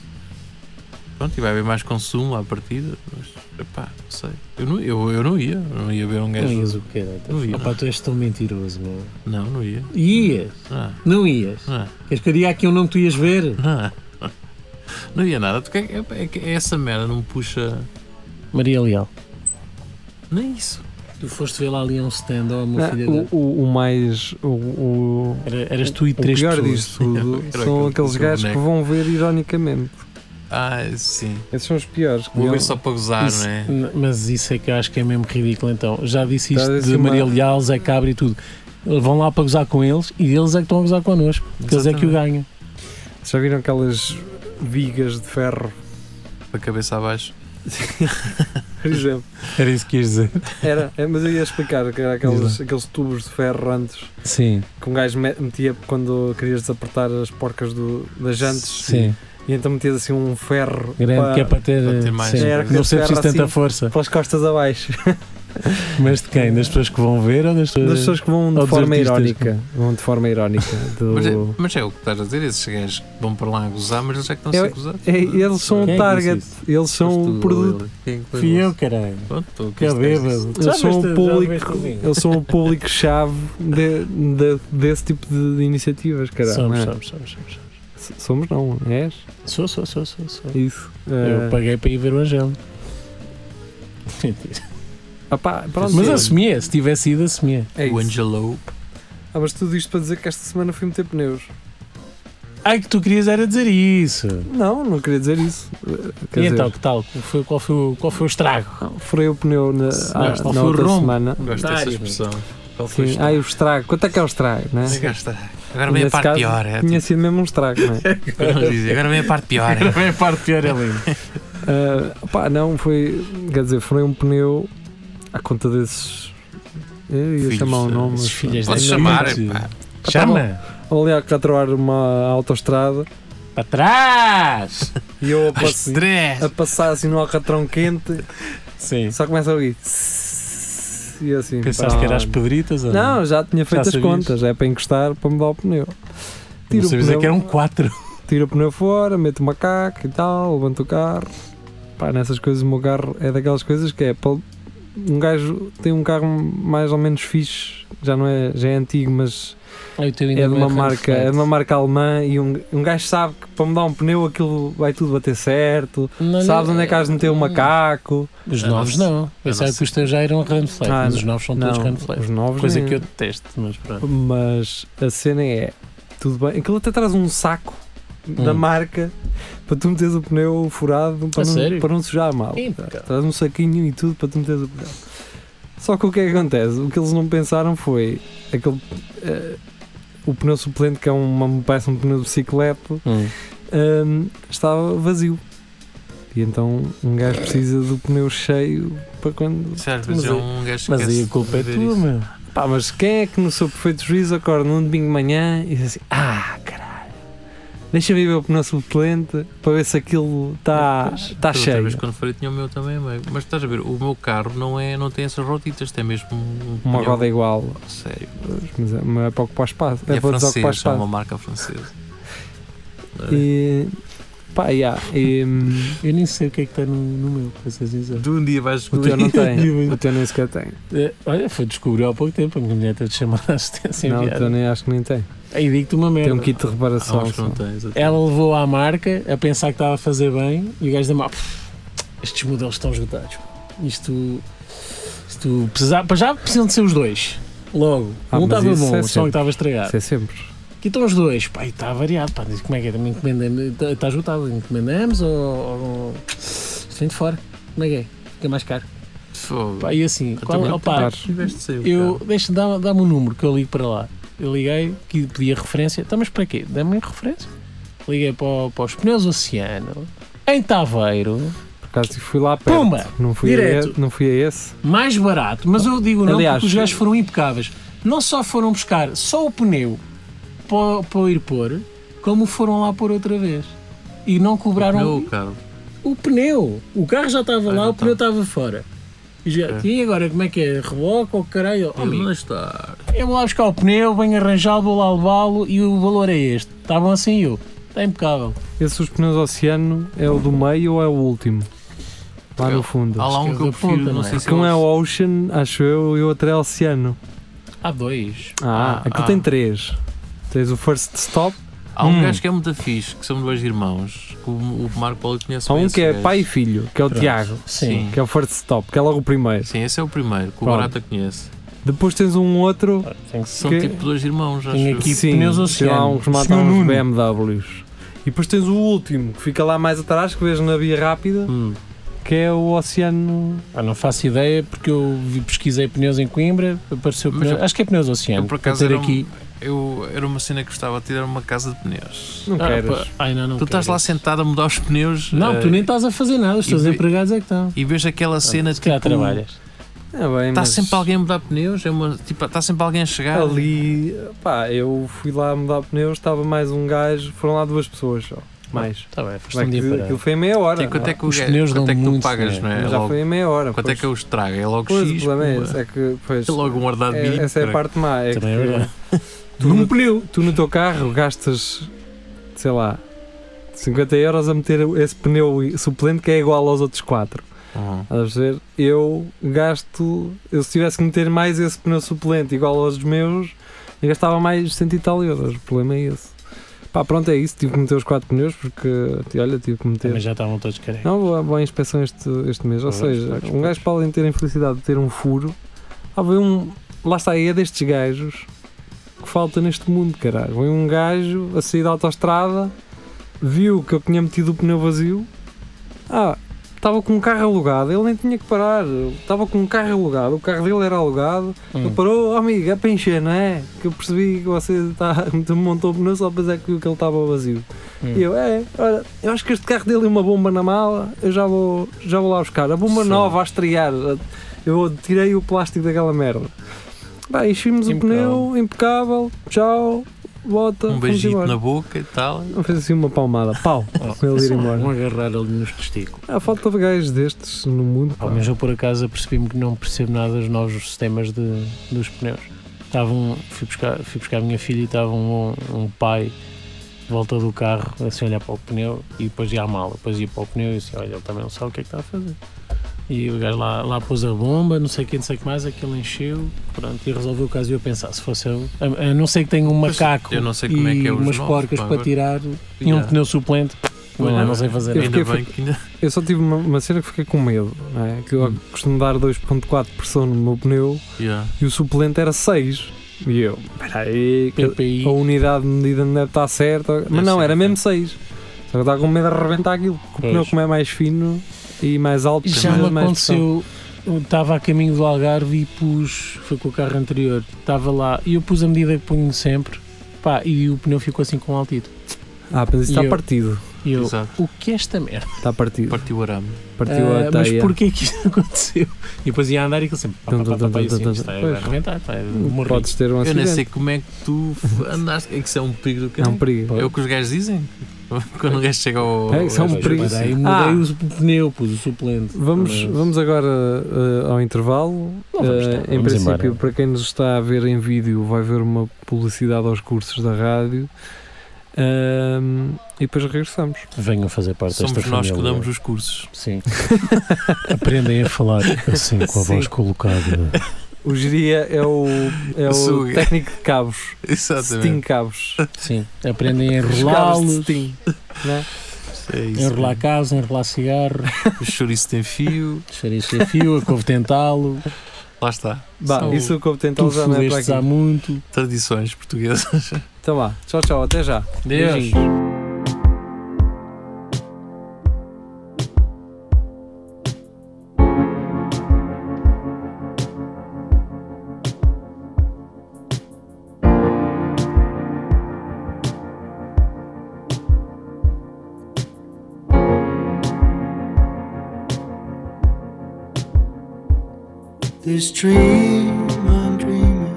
Speaker 3: Pronto, e vai haver mais consumo à partida, mas. Epá, não sei. Eu não, eu, eu não ia, eu não ia ver um
Speaker 4: Não
Speaker 3: gajo.
Speaker 4: ias o quê?
Speaker 3: Não ia.
Speaker 4: Opa, tu és tão mentiroso, meu.
Speaker 3: Não, não ia. Ah,
Speaker 4: Ias,
Speaker 3: Não,
Speaker 4: não ias.
Speaker 3: não, é.
Speaker 4: Queres que eu diga aqui um nome que tu ias ver?
Speaker 3: não. Não ia nada. Porque é, é, que essa merda não me puxa.
Speaker 4: Maria Leal.
Speaker 3: Nem isso.
Speaker 4: Tu foste ver lá ali um stand, ó, meu filho.
Speaker 2: Não, Ah, o, o- o mais. O, o,
Speaker 4: Era, eras tu e
Speaker 2: o
Speaker 4: três
Speaker 2: pior
Speaker 4: pessoas.
Speaker 2: disto tudo
Speaker 3: Era
Speaker 2: são
Speaker 3: aquele-
Speaker 2: aqueles
Speaker 3: aquele
Speaker 2: gajos que
Speaker 3: boneco.
Speaker 2: vão ver ironicamente.
Speaker 3: Ah, sim.
Speaker 2: Esses são os piores. que
Speaker 3: Vou
Speaker 2: vão-
Speaker 3: ver só para gozar,
Speaker 4: Isso-
Speaker 3: não é?
Speaker 4: n- Mas isso é que eu acho que é mesmo ridículo então. Já disse
Speaker 2: Estás
Speaker 4: isto
Speaker 2: a
Speaker 4: de
Speaker 2: dizer uma-
Speaker 4: Maria Leal, Zé Cabra e tudo. Eles vão lá para gozar com eles e eles é que estão a gozar connosco. Porque eles é que o
Speaker 3: Exatamente.
Speaker 4: ganham.
Speaker 2: Já viram aquelas vigas de ferro,
Speaker 3: Para cabeça abaixo.
Speaker 2: por exemplo?
Speaker 4: Era isso que ias dizer.
Speaker 2: Era, é, mas eu ia explicar que era aqueles,
Speaker 4: Diz
Speaker 2: aqueles tubos de ferro antes
Speaker 4: Sim,
Speaker 2: que um gajo me- metia quando querias desapertar as porcas do, das jantes
Speaker 4: sim.
Speaker 2: e então metias assim um ferro
Speaker 4: Grande,
Speaker 2: para,
Speaker 4: que é para ter.
Speaker 3: para ter mais-
Speaker 4: sim.
Speaker 2: Era que
Speaker 4: não ser
Speaker 2: era
Speaker 4: preciso tanta
Speaker 2: assim.
Speaker 4: força.
Speaker 2: para as costas abaixo.
Speaker 4: Mas de quem? Das pessoas que vão ver ou das pessoas.
Speaker 2: Das pessoas que vão
Speaker 4: Ou
Speaker 2: de
Speaker 4: dos
Speaker 2: forma
Speaker 4: artistas.
Speaker 2: irónica. Vão de forma irónica.
Speaker 3: Mas é,
Speaker 2: Do...
Speaker 3: mas é o que estás a dizer, esses gajos que vão para lá a gozar, mas eles é que estão a
Speaker 2: Eu-
Speaker 3: ser gozados.
Speaker 2: É, eles são
Speaker 4: Quem é
Speaker 2: o
Speaker 4: que
Speaker 2: target,
Speaker 4: disse
Speaker 2: eles são o produto,
Speaker 4: Fui eu, caralho. Que é bêbado. Já
Speaker 2: eles
Speaker 4: viste- já
Speaker 2: são o
Speaker 4: viste
Speaker 2: público,
Speaker 4: o vídeo?
Speaker 2: eles são o público-chave de- de- desse tipo de, de iniciativas, caralho.
Speaker 4: Somos,
Speaker 2: não é?
Speaker 4: somos, somos, somos.
Speaker 2: S- Somos não, és?
Speaker 4: Sou, sou, sou, sou. sou. É.
Speaker 2: Isso.
Speaker 4: Eu
Speaker 2: Eh,
Speaker 4: paguei para ir ver o Angelo. Mentira.
Speaker 2: opá, pronto,
Speaker 4: Mas
Speaker 2: é-
Speaker 4: assumia, se tivesse ido, assumia.
Speaker 3: O
Speaker 2: é isso.
Speaker 3: Angelo.
Speaker 2: Ah, mas tudo isto para dizer que esta semana fui meter pneus.
Speaker 4: Ai, que tu querias era dizer isso.
Speaker 2: Não, não queria dizer isso. Eh, Quer
Speaker 4: e
Speaker 2: dizer,
Speaker 4: então, que tal? Qual foi, qual foi, o- qual foi o estrago?
Speaker 2: não, furei o pneu na,
Speaker 4: Se-
Speaker 2: ah,
Speaker 4: não, só foi
Speaker 2: na
Speaker 4: o
Speaker 2: outra
Speaker 4: rombo.
Speaker 2: semana.
Speaker 3: Gosto dessa
Speaker 4: Otário,
Speaker 3: expressão. Qual foi o
Speaker 2: Sim,
Speaker 3: estrago?
Speaker 2: ai, o estrago. Quanto é que é o estrago, né?
Speaker 3: Ai, gasta. Agora vem a
Speaker 2: Nesse
Speaker 3: parte
Speaker 2: caso,
Speaker 3: pior. É,
Speaker 2: Tinha
Speaker 3: tipo,
Speaker 2: sido mesmo um estrago, não é?
Speaker 3: para não dizer, agora vem a parte pior. é.
Speaker 4: Era a parte pior ali.
Speaker 2: Ah, pá, não, foi. Quer dizer, furei um pneu à conta desses. Eu ia
Speaker 3: Filhos,
Speaker 2: chamar o
Speaker 3: eh,
Speaker 2: nome.
Speaker 4: esses
Speaker 2: mas
Speaker 4: filhos
Speaker 2: pá,
Speaker 3: Podes
Speaker 4: Ainda
Speaker 3: chamar.
Speaker 4: muito.
Speaker 3: é, pá.
Speaker 2: tá
Speaker 4: Chama!
Speaker 2: bom. Ali a catroar uma autoestrada
Speaker 4: Para trás!
Speaker 2: e eu a,
Speaker 3: Ai,
Speaker 2: passe-
Speaker 3: stress.
Speaker 2: a passar assim no alcatrão quente
Speaker 4: Sim.
Speaker 2: Só começa a ouvir. E eu assim.
Speaker 4: Pensaste
Speaker 2: pá,
Speaker 4: que era as pedritas ou não?
Speaker 2: Não, já tinha feito as
Speaker 4: sabias?
Speaker 2: contas. É para encostar para mudar o pneu.
Speaker 4: Não
Speaker 2: Tiro o
Speaker 4: sabias é
Speaker 2: pneu,
Speaker 4: que eram quatro.
Speaker 2: tiro o pneu fora, meto o macaco e tal, levanto o carro. Pá, nessas coisas o meu carro é daquelas coisas que é para. Um gajo tem um carro mais ou menos fixe, já não é, já é antigo, mas é de uma marca, é de uma marca alemã e um, um gajo sabe que para mudar um pneu aquilo vai tudo bater certo, sabes onde é que has de meter o macaco.
Speaker 4: Os
Speaker 3: A
Speaker 4: novos
Speaker 3: nossa-
Speaker 4: não. Pensava
Speaker 3: nossa-
Speaker 4: que os teus já eram Ramflex,
Speaker 2: Ah,
Speaker 4: mas os novos são todos
Speaker 2: Não,
Speaker 4: Ramflex.
Speaker 2: os novos
Speaker 4: Coisa
Speaker 2: nem.
Speaker 4: que eu detesto, mas pronto.
Speaker 2: Mas a cena é, tudo bem, aquilo até traz um saco da
Speaker 4: Hum.
Speaker 2: marca para tu meteres o pneu furado para,
Speaker 4: A
Speaker 2: não,
Speaker 4: sério?
Speaker 2: para não sujar mal.
Speaker 4: Ih, cara.
Speaker 2: Traz um saquinho e tudo para tu meteres o pneu. Só que o que é que acontece? O que eles não pensaram foi aquele, eh, o pneu suplente, que é uma, parece um pneu de bicicleta,
Speaker 4: Hum.
Speaker 2: hum, estava vazio. E então um gajo precisa do pneu cheio para quando.
Speaker 3: Isso às vezes
Speaker 4: Mas
Speaker 3: é
Speaker 4: aí-
Speaker 3: um gajo que
Speaker 4: Mas
Speaker 3: esquece
Speaker 4: aí a culpa é
Speaker 3: de ver
Speaker 4: tua,
Speaker 3: isso.
Speaker 4: meu.
Speaker 2: Pá, mas quem é que no seu perfeito juízo acorda num domingo de manhã e diz assim: Ah, caralho, deixa-me ir ver o pneu suplente para ver se aquilo
Speaker 3: É,
Speaker 2: está
Speaker 4: Pois,
Speaker 2: tá
Speaker 3: Outra
Speaker 2: cheio.
Speaker 3: vez quando falei tinha o meu também, meio. mas estás a ver, o meu carro não, é, não tem essas rotitas, tem mesmo um
Speaker 2: Uma
Speaker 3: pneu.
Speaker 2: roda igual,
Speaker 3: Sério.
Speaker 2: mas é, mas é para ocupar espaço.
Speaker 3: E
Speaker 2: É,
Speaker 3: é
Speaker 2: para desocupar
Speaker 3: francês, é uma
Speaker 2: espaço.
Speaker 3: marca francesa. é?
Speaker 2: E. Pá, yeah, e, hum,
Speaker 4: Eu nem sei o que é que está no, no meu, para ser sincero.
Speaker 3: De um dia vais
Speaker 2: o teu
Speaker 3: descobrir.
Speaker 2: não tem. o teu nem sequer tem.
Speaker 4: É, Olha, foi descobrir há pouco tempo, a minha mulher teve de chamar a assistência
Speaker 2: não, o teu
Speaker 4: enviada.
Speaker 2: nem acho que nem tem.
Speaker 4: Aí digo-te uma merda.
Speaker 2: Tem um kit de reparação.
Speaker 3: Ah, acho que não
Speaker 2: só.
Speaker 3: tens. até.
Speaker 4: Ela levou à marca a pensar que estava a fazer bem e o gajo da marca, estes modelos estão esgotados. pá. Isto, isto precisar, para já precisam de ser os dois. Logo,
Speaker 2: Ah,
Speaker 4: um
Speaker 2: mas
Speaker 4: estava
Speaker 2: isso
Speaker 4: bom,
Speaker 2: é
Speaker 4: o som
Speaker 2: sempre.
Speaker 4: que estava estragado.
Speaker 2: Isso é sempre.
Speaker 4: Aqui estão os dois, pá, e está variado, pá, diz como é que é, também encomendamos, está, está esgotado, encomendamos ou, ou isto vem de fora, como é que é? Fica mais caro.
Speaker 3: Fogo.
Speaker 4: Pá, e assim,
Speaker 3: Então,
Speaker 4: qual,
Speaker 3: mas-
Speaker 4: opa,
Speaker 3: Tiveste de sair o
Speaker 4: Eu,
Speaker 3: carro.
Speaker 4: deixa, dá- dá-me um número que eu ligo para lá. Eu liguei, que pedia referência. Então, mas para quê? Dá-me referência. Liguei para, o- para os pneus Oceano, em Taveiro,
Speaker 2: Por acaso fui lá perto.
Speaker 4: Pumba!
Speaker 2: Não fui,
Speaker 4: Direto.
Speaker 2: a, e- não fui a esse.
Speaker 4: Mais barato. Mas eu digo não,
Speaker 2: Aliás,
Speaker 4: porque os gajos foram impecáveis. Não só foram buscar só o pneu para, para ir pôr, como foram lá pôr outra vez. E não cobraram um-
Speaker 3: Não, Carlos.
Speaker 4: o pneu. O carro já estava
Speaker 3: Ah,
Speaker 4: lá,
Speaker 3: já
Speaker 4: o pneu estava fora. E, já,
Speaker 3: É.
Speaker 4: e agora como é que é? Reboca ou caralho? Oh,
Speaker 3: Ele
Speaker 4: amigo,
Speaker 3: não está.
Speaker 4: eu vou lá buscar o pneu, venho arranjá-lo, vou lá levá-lo e o valor é este. Está bom assim eu? Está impecável.
Speaker 2: Esse dos pneus oceano é o do meio ou é o último? Lá no fundo.
Speaker 3: Há lá um que eu
Speaker 4: Esquerda
Speaker 3: prefiro,
Speaker 4: ponta,
Speaker 3: não
Speaker 4: não
Speaker 3: sei
Speaker 4: é?
Speaker 3: se
Speaker 2: Que um
Speaker 3: eles-
Speaker 2: é o Ocean, acho eu, e o outro é Oceano.
Speaker 4: Há dois.
Speaker 3: Ah,
Speaker 2: Ah, aquilo
Speaker 3: ah.
Speaker 2: tem três. Tens o First Stop,
Speaker 3: Há um
Speaker 2: Hum.
Speaker 3: gajo que é muito fixe, que são dois irmãos, que o, o Marco Paulo conhece
Speaker 2: há um
Speaker 3: bem esse
Speaker 2: que é
Speaker 3: gajo.
Speaker 2: pai e filho, que é o
Speaker 4: Pronto.
Speaker 2: Tiago,
Speaker 3: Sim.
Speaker 2: que é o First Stop, que é logo o primeiro.
Speaker 3: Sim, esse é o primeiro, que o
Speaker 2: Pronto.
Speaker 3: Barata conhece.
Speaker 2: Depois tens um outro,
Speaker 4: Tem que
Speaker 3: São
Speaker 2: Que-
Speaker 3: tipo dois irmãos, acho
Speaker 4: Tem
Speaker 3: eu.
Speaker 4: aqui-
Speaker 2: sim,
Speaker 4: pneus
Speaker 2: sei lá,
Speaker 4: Oceano.
Speaker 2: uns matam
Speaker 4: Senhor
Speaker 2: uns
Speaker 4: Nuno.
Speaker 2: BMWs. E depois tens o último, que fica lá mais atrás, que vês na via rápida,
Speaker 3: Hum.
Speaker 2: que é o Oceano.
Speaker 4: Ah, não faço ideia porque eu vi- pesquisei pneus em Coimbra, apareceu
Speaker 3: Mas
Speaker 4: pneus,
Speaker 3: eu-
Speaker 4: acho que é pneus
Speaker 3: Eu,
Speaker 4: oceano.
Speaker 3: por
Speaker 4: para
Speaker 3: acaso,
Speaker 4: ter
Speaker 3: era, um-
Speaker 4: aqui.
Speaker 3: eu, era uma cena que gostava de ter, era uma casa de pneus.
Speaker 2: Não
Speaker 4: Ah,
Speaker 2: queres.
Speaker 4: pá, ai, não, não
Speaker 3: tu estás
Speaker 4: quero.
Speaker 3: lá sentado a mudar os pneus
Speaker 4: Não,
Speaker 3: eh,
Speaker 4: tu nem estás a fazer nada, os
Speaker 3: e
Speaker 4: teus
Speaker 3: ve-
Speaker 4: empregados é que estão.
Speaker 3: e vês
Speaker 2: Ah,
Speaker 3: aquela cena
Speaker 4: Se calhar
Speaker 3: tipo,
Speaker 4: trabalhas.
Speaker 2: Está É bem,
Speaker 3: Está
Speaker 2: mas
Speaker 3: Tá sempre alguém a mudar pneus, é uma, tipo, está sempre alguém a chegar.
Speaker 2: Ali, pá, eu fui lá mudar pneus, estava mais um gajo, foram lá duas pessoas só. Mais.
Speaker 3: Tá
Speaker 4: Está bem, foste
Speaker 2: Vai
Speaker 4: um dia
Speaker 2: que
Speaker 4: parado.
Speaker 2: aquilo foi em meia hora.
Speaker 3: Tem quanto é que o
Speaker 4: Os
Speaker 3: gajo-
Speaker 4: pneus
Speaker 3: quanto
Speaker 4: dão
Speaker 3: é que tu
Speaker 4: muito
Speaker 3: pagas,
Speaker 4: dinheiro.
Speaker 3: não é?
Speaker 2: né? já
Speaker 3: Logo-
Speaker 2: foi em meia hora.
Speaker 3: Quanto é que eu os trago? É logo
Speaker 2: Pois, o
Speaker 3: X.
Speaker 2: problema é
Speaker 3: pô,
Speaker 2: esse, é que, pois,
Speaker 3: é logo um
Speaker 2: é-
Speaker 3: ardado de
Speaker 2: essa é a
Speaker 3: caralho.
Speaker 2: parte má. É
Speaker 4: Também é
Speaker 2: que
Speaker 4: verdade.
Speaker 2: tu, no, tu no teu carro gastas, sei lá, 50 euros a meter esse pneu suplente que é igual aos outros 4.
Speaker 3: Uhum.
Speaker 2: A ver, eu gasto, eu se tivesse que meter mais esse pneu suplente igual aos meus, eu gastava mais cento e tal euros. O problema é esse. Pá, pronto, é isso. Tive que meter os quatro pneus porque, olha, tive que meter.
Speaker 4: Mas já estavam todos carecas.
Speaker 2: Não, vou, vou à inspeção este, este mês. Ou
Speaker 4: Pois,
Speaker 2: seja,
Speaker 4: pois,
Speaker 2: um
Speaker 4: pois.
Speaker 2: gajo para além de ter a infelicidade de ter um furo, há bem um. Lá está, é destes gajos que falta neste mundo, caralho. Vem um gajo a sair da autoestrada, viu que eu tinha metido o pneu vazio. Ah, estava com um carro alugado, ele nem tinha que parar. Estava com um carro alugado, o carro dele era alugado. Ele
Speaker 4: Hum.
Speaker 2: parou, oh, amigo, é para encher, não é? Que eu percebi que você tá, montou o pneu só para dizer que ele estava vazio.
Speaker 3: Hum.
Speaker 2: E eu, é, olha, eu acho que este carro dele é uma bomba na mala, eu já vou, já vou lá buscar. A bomba
Speaker 3: Sim.
Speaker 2: nova a estrear, eu tirei o plástico daquela merda. Bem, enchimos o
Speaker 4: Impecável.
Speaker 2: pneu, impecável, tchau, bota,
Speaker 3: Um
Speaker 2: Então, vamos
Speaker 3: beijinho
Speaker 2: embora.
Speaker 3: na Oh. boca e tal.
Speaker 2: Vamos fazer assim uma palmada, pau, para ele ir
Speaker 4: Vão
Speaker 2: embora.
Speaker 4: agarrar um ali nos testículos.
Speaker 2: Há falta de gajos destes no mundo. pá.
Speaker 4: Pá, mas eu por acaso apercebi-me que não percebo nada dos novos sistemas de, dos pneus. Estavam, fui, buscar, fui buscar a minha filha e estava um, um pai de volta do carro assim a olhar para o pneu e depois ia à mala, depois ia para o pneu e assim, olha, ele também não sabe o que é que está a fazer. E o gajo lá, lá pôs a bomba, não sei o que, não sei o que mais, aquilo encheu, pronto, e resolveu o caso. E eu pensar, se fosse eu, a, a não ser que tenha um
Speaker 3: Mas
Speaker 4: macaco
Speaker 3: eu não sei como é que
Speaker 4: e
Speaker 3: é os
Speaker 4: umas
Speaker 3: novos,
Speaker 4: porcas
Speaker 3: pá,
Speaker 4: para
Speaker 3: agora.
Speaker 4: tirar e um
Speaker 3: Yeah.
Speaker 4: pneu suplente,
Speaker 2: Pois
Speaker 4: não,
Speaker 2: é.
Speaker 4: não sei fazer
Speaker 2: Eu
Speaker 4: nada.
Speaker 3: Ainda
Speaker 2: fiquei-
Speaker 3: bem que ainda.
Speaker 2: Eu só tive uma, uma cena que fiquei com medo, não é? que eu
Speaker 3: Hum.
Speaker 2: costumo dar 2.4 pressão no meu pneu
Speaker 3: Yeah.
Speaker 2: e o suplente era 6. E eu, peraí, que-
Speaker 4: PPI.
Speaker 2: a unidade de medida não deve estar certa, mas
Speaker 3: Deve
Speaker 2: não,
Speaker 3: ser
Speaker 2: era
Speaker 3: diferente.
Speaker 2: mesmo 6. Só que eu estava com medo de arrebentar aquilo, porque o
Speaker 4: Pois.
Speaker 2: pneu como é mais fino e mais alto,
Speaker 4: Já
Speaker 2: precisa de
Speaker 4: me
Speaker 2: mais pressão.
Speaker 4: aconteceu. eu Estava a caminho do Algarve e pus. Foi com o carro anterior. Estava lá e eu pus a medida que punho sempre. Pá, e o pneu ficou assim com altito.
Speaker 2: Ah, mas isso
Speaker 4: E
Speaker 2: está
Speaker 4: eu-
Speaker 2: partido.
Speaker 4: E eu.
Speaker 3: Exato.
Speaker 4: O que é esta merda?
Speaker 2: Está partido.
Speaker 3: Partiu o arame.
Speaker 2: Partiu
Speaker 4: Ah,
Speaker 2: a
Speaker 4: mas
Speaker 2: teia.
Speaker 4: porquê que isto aconteceu? E depois ia a andar e aquilo sempre. Pá, pá, pá, pá, pá, e eu assim, isto vai
Speaker 2: Pois.
Speaker 4: arrebentar, pá, é
Speaker 2: Não
Speaker 4: morri.
Speaker 2: Podes ter um
Speaker 3: Eu nem sei
Speaker 2: acidente.
Speaker 3: como é que tu andaste. É que isso é um perigo do
Speaker 2: É um
Speaker 3: caralho.
Speaker 2: perigo.
Speaker 3: É o que os gajos dizem. Quando o gajo chega ao.
Speaker 2: É, isso é um
Speaker 3: gajo-
Speaker 2: perigo.
Speaker 4: Mas aí mudei
Speaker 2: Ah.
Speaker 4: o pneu, pus o suplente.
Speaker 2: Vamos,
Speaker 4: Mas-
Speaker 2: vamos agora eh, ao intervalo.
Speaker 4: Não vamos
Speaker 2: Eh,
Speaker 4: ter,
Speaker 2: em
Speaker 4: vamos
Speaker 2: princípio,
Speaker 4: embora.
Speaker 2: para quem nos está a ver em vídeo, vai ver uma publicidade aos cursos da rádio. Ahm, e depois regressamos.
Speaker 4: Venham fazer parte desta
Speaker 3: Somos nós que
Speaker 4: família.
Speaker 3: damos os cursos.
Speaker 4: Sim. Aprendem a falar assim, com a
Speaker 3: Sim.
Speaker 4: voz colocada.
Speaker 2: O Geria é o, é o
Speaker 3: Suga.
Speaker 2: técnico de cabos. Steam
Speaker 3: Exatamente.
Speaker 2: cabos.
Speaker 4: Sim. Aprendem a
Speaker 2: Cabos de
Speaker 4: enrolá-los.
Speaker 2: Steam. né?
Speaker 3: É isso.
Speaker 4: Enrolar casa, enrolar cigarro,
Speaker 3: O chouriço tem fio.
Speaker 4: xerife a fio, a couve tentá-lo,
Speaker 3: Lá está.
Speaker 2: Bah,
Speaker 4: São-
Speaker 2: isso que eu
Speaker 4: tu
Speaker 2: tentava já não é
Speaker 4: fudestes
Speaker 2: para
Speaker 4: há
Speaker 2: aqui.
Speaker 4: muito.
Speaker 3: Tradições portuguesas.
Speaker 2: Então vá, tchau, tchau, até já.
Speaker 4: Deus.
Speaker 2: Beijinhos.
Speaker 5: This dream I'm dreaming.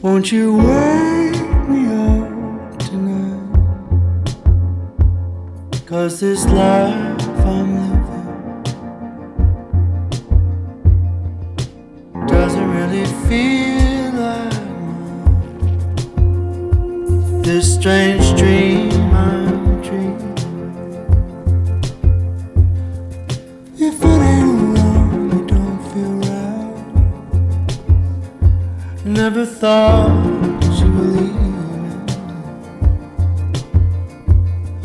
Speaker 5: Won't you wake me up tonight? Cause this life I'm living feel like mine. This strange dream I'm dreaming. If it ain't wrong, it don't feel right. Never thought you were leaving.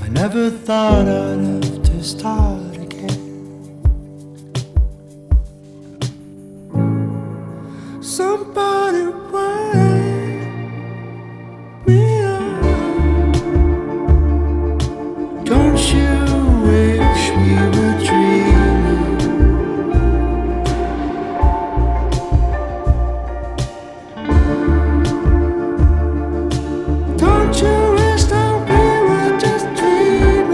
Speaker 5: I never thought I'd have to start again. Somebody wake me up. Don't you wish we were dreaming? Don't you wish that we were just dreaming?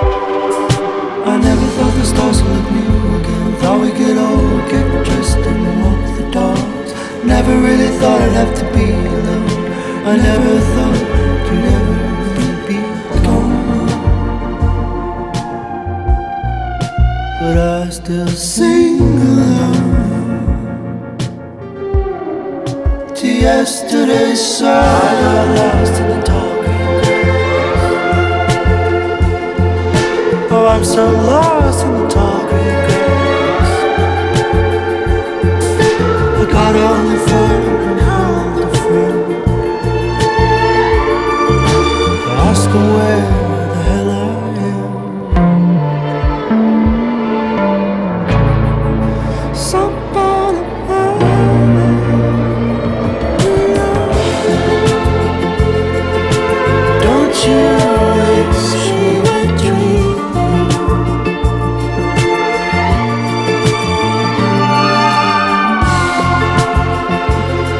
Speaker 5: I never thought the stars would look new again. Thought we'd get old, get dressed, and walk the dogs. Never really thought I'd have to be alone. I never thought you'd ever really be gone. But I still sing along to yesterday's song. I got lost in the talking. Oh, I'm so lost in the talking grass. I got only for an hour to friend. I ask her where the hell I am. Somebody where we are. Don't you wish you were dreaming?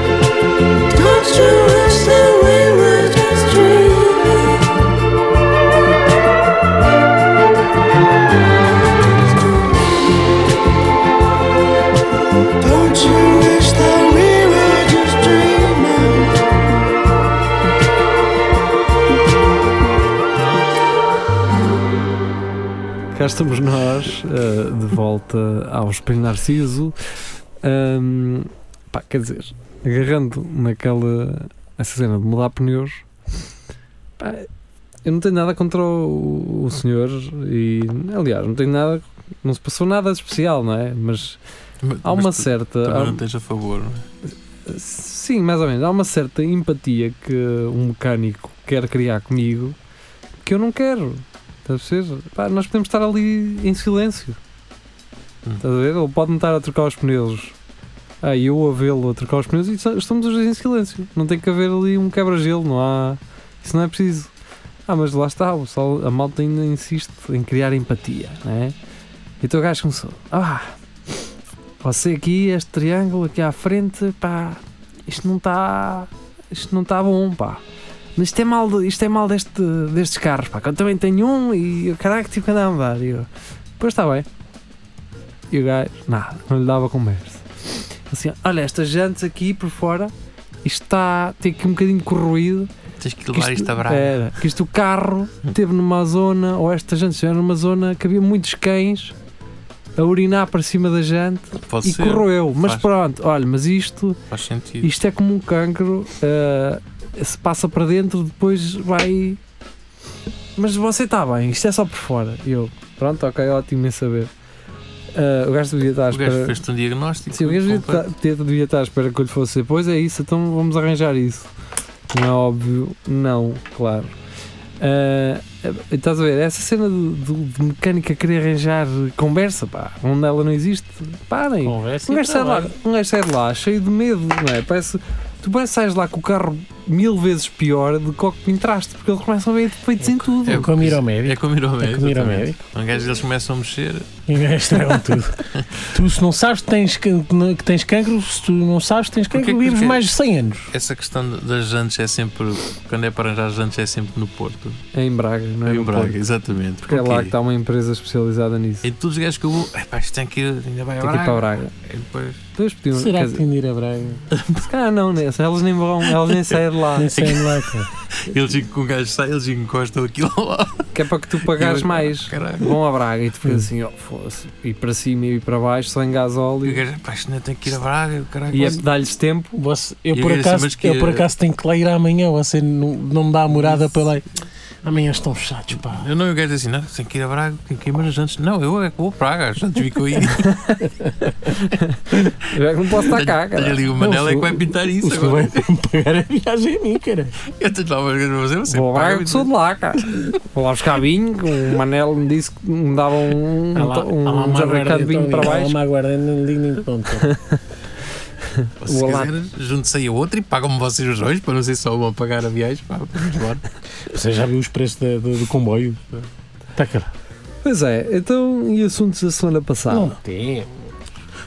Speaker 5: Don't you wish that we were just dreaming? Don't you wish that we were just dreaming?
Speaker 2: Cá estamos nós, eh, de volta ao Espelho Narciso. Ahm, pá, quer dizer, agarrando naquela essa cena de mudar pneus, pá, eu não tenho nada contra o, o senhor e, aliás, não tenho nada, não se passou nada de especial, não é? Mas há uma
Speaker 3: Mas tu
Speaker 2: certa.
Speaker 3: Também
Speaker 2: há- um-
Speaker 3: não tens a favor, não é?
Speaker 2: Sim, mais ou menos. Há uma certa empatia que um mecânico quer criar comigo que eu não quero. Estás a perceber? Pá, nós podemos estar ali em silêncio.
Speaker 3: Hum.
Speaker 2: Estás a ver? Ele pode-me estar a trocar os pneus. Ah, e eu a vê-lo a trocar os pneus e só- estamos os dois em silêncio. Não tem que haver ali um quebra-gelo, não há. Isso não é preciso. Ah, mas lá está, o pessoal, a malta ainda insiste em criar empatia, não é? Então o gajo começou. Ah, você aqui, este triângulo aqui à frente, pá, isto não está. Isto não está bom, pá. Mas isto é mal, de- isto é mal deste, destes carros, pá. Que eu também tenho um e eu, caraca, tive que andar a mudar. E eu, pois está bem. E o gajo, nada, não lhe dava conversa. Assim, olha, estas jantes aqui por fora, isto está, tem aqui um bocadinho corroído.
Speaker 3: Tens que
Speaker 2: Que é-
Speaker 3: levar isto a braga.
Speaker 2: Era, que isto o carro teve numa zona, ou esta jante esteve numa zona que havia muitos cães a urinar para cima da jante
Speaker 3: Pode
Speaker 2: e
Speaker 3: ser.
Speaker 2: corroeu. Mas
Speaker 3: Faz.
Speaker 2: pronto, olha, mas isto,
Speaker 3: Faz sentido.
Speaker 2: isto é como um cancro, ah, se passa para dentro, depois vai. Mas você está bem, isto é só por fora. E eu, pronto, ok, ótimo em saber. Ah, o gajo devia estar à
Speaker 3: o gajo
Speaker 2: espera.
Speaker 3: fez-te um diagnóstico.
Speaker 2: Sim, o gajo devia
Speaker 3: completo.
Speaker 2: estar- devia, devia estar à espera que eu lhe fosse dizer, pois é isso, então vamos arranjar isso. Não é óbvio, não, claro. Ah, estás a ver, essa cena de, de- de mecânica querer arranjar conversa, pá, onde ela não existe, parem.
Speaker 4: Conversa
Speaker 2: Um
Speaker 4: e
Speaker 2: gajo, sai de lá,
Speaker 4: trabalho.
Speaker 2: um gajo sai de lá cheio de medo, não é? Parece, tu parece que sais de lá com o carro mil vezes pior do que o que pintraste, porque eles começam a ver defeitos em tudo.
Speaker 4: É como ir ao
Speaker 3: É
Speaker 4: médico.
Speaker 3: como ir ao
Speaker 4: É como ir ao
Speaker 3: médico.
Speaker 4: médico.
Speaker 3: Um gajo eles começam a mexer.
Speaker 4: E estragam tudo. tu, se não sabes que tens, can- que tens cancro, se tu não sabes que tens
Speaker 3: Porquê
Speaker 4: cancro,
Speaker 3: que-
Speaker 4: vives
Speaker 3: porquê?
Speaker 4: mais de 100 anos.
Speaker 3: Essa questão das jantes é sempre. Quando é para arranjar as jantes é sempre no Porto.
Speaker 2: É em Braga, não é?
Speaker 3: em
Speaker 2: no
Speaker 3: Braga,
Speaker 2: Porto.
Speaker 3: exatamente.
Speaker 2: Porque é lá que está uma empresa especializada nisso.
Speaker 3: E todos os gajos que eu vou. Epá, isto tem que ir. Ainda vai a
Speaker 2: Tem que ir para Braga.
Speaker 3: E depois.
Speaker 2: Depois pediam.
Speaker 4: Será
Speaker 2: quer
Speaker 4: que
Speaker 2: dizer,
Speaker 4: tem de ir a Braga?
Speaker 2: Se calhar não, né? elas nem vão, elas nem saem de lá.
Speaker 4: Nem sei onde é lá. cara.
Speaker 3: Eles dizem que o gajo sai, eles encostam aquilo lá.
Speaker 2: Que é para que tu pagares
Speaker 3: Eu-
Speaker 2: mais.
Speaker 3: Caralho.
Speaker 2: Vão a Braga e tu ficas assim, ó, foda-se. E para cima e para baixo, só em
Speaker 3: E o
Speaker 2: gasóleo.
Speaker 3: gajo, epá, isto ainda tem que ir a Braga. Caralho.
Speaker 2: E é dá-lhes tempo.
Speaker 4: Você- eu,
Speaker 3: E
Speaker 4: por
Speaker 3: assim,
Speaker 4: acaso,
Speaker 3: mas que-
Speaker 4: eu por acaso tenho que lá ir amanhã. Você não, não me dá a morada para lá. ir. Amanhã estão chatos, pá.
Speaker 3: Eu não, e o gajo diz assim, não, tem que ir a Braga, tem que ir, mas as jantes. Não, eu é que vou a Braga, as jantes fico aí.
Speaker 2: Eu é que não posso estar cá,
Speaker 3: Olha
Speaker 2: cara.
Speaker 3: ali o Manel
Speaker 4: Não,
Speaker 3: é que vai
Speaker 4: o-
Speaker 3: pintar
Speaker 4: Isso
Speaker 3: isso
Speaker 4: que vai
Speaker 3: agora.
Speaker 4: pagar a viagem a mim, cara.
Speaker 3: Eu tenho lá umas coisas para fazer, você
Speaker 2: Vou a
Speaker 3: paga,
Speaker 2: Braga que sou de lá, cara. Vou lá buscar vinho. que O Manel me disse que me dava um,
Speaker 4: Há Tá lá- há lá
Speaker 2: um, um
Speaker 4: é uma
Speaker 2: desarrecado
Speaker 4: aguardente
Speaker 2: de vinho
Speaker 4: ali,
Speaker 2: para
Speaker 4: há lá
Speaker 2: baixo.
Speaker 4: é uma aguardente, não digo nem ponto.
Speaker 3: Se
Speaker 2: Olá.
Speaker 3: quiserem, junte-se aí a outro e pagam-me vocês os dois, para não ser só um a pagar a viagem. Pá, vamos embora.
Speaker 4: Você já viu os preços da- do, do comboio? Tá, cara.
Speaker 2: Pois é, então, e assuntos da semana passada?
Speaker 4: Não temos.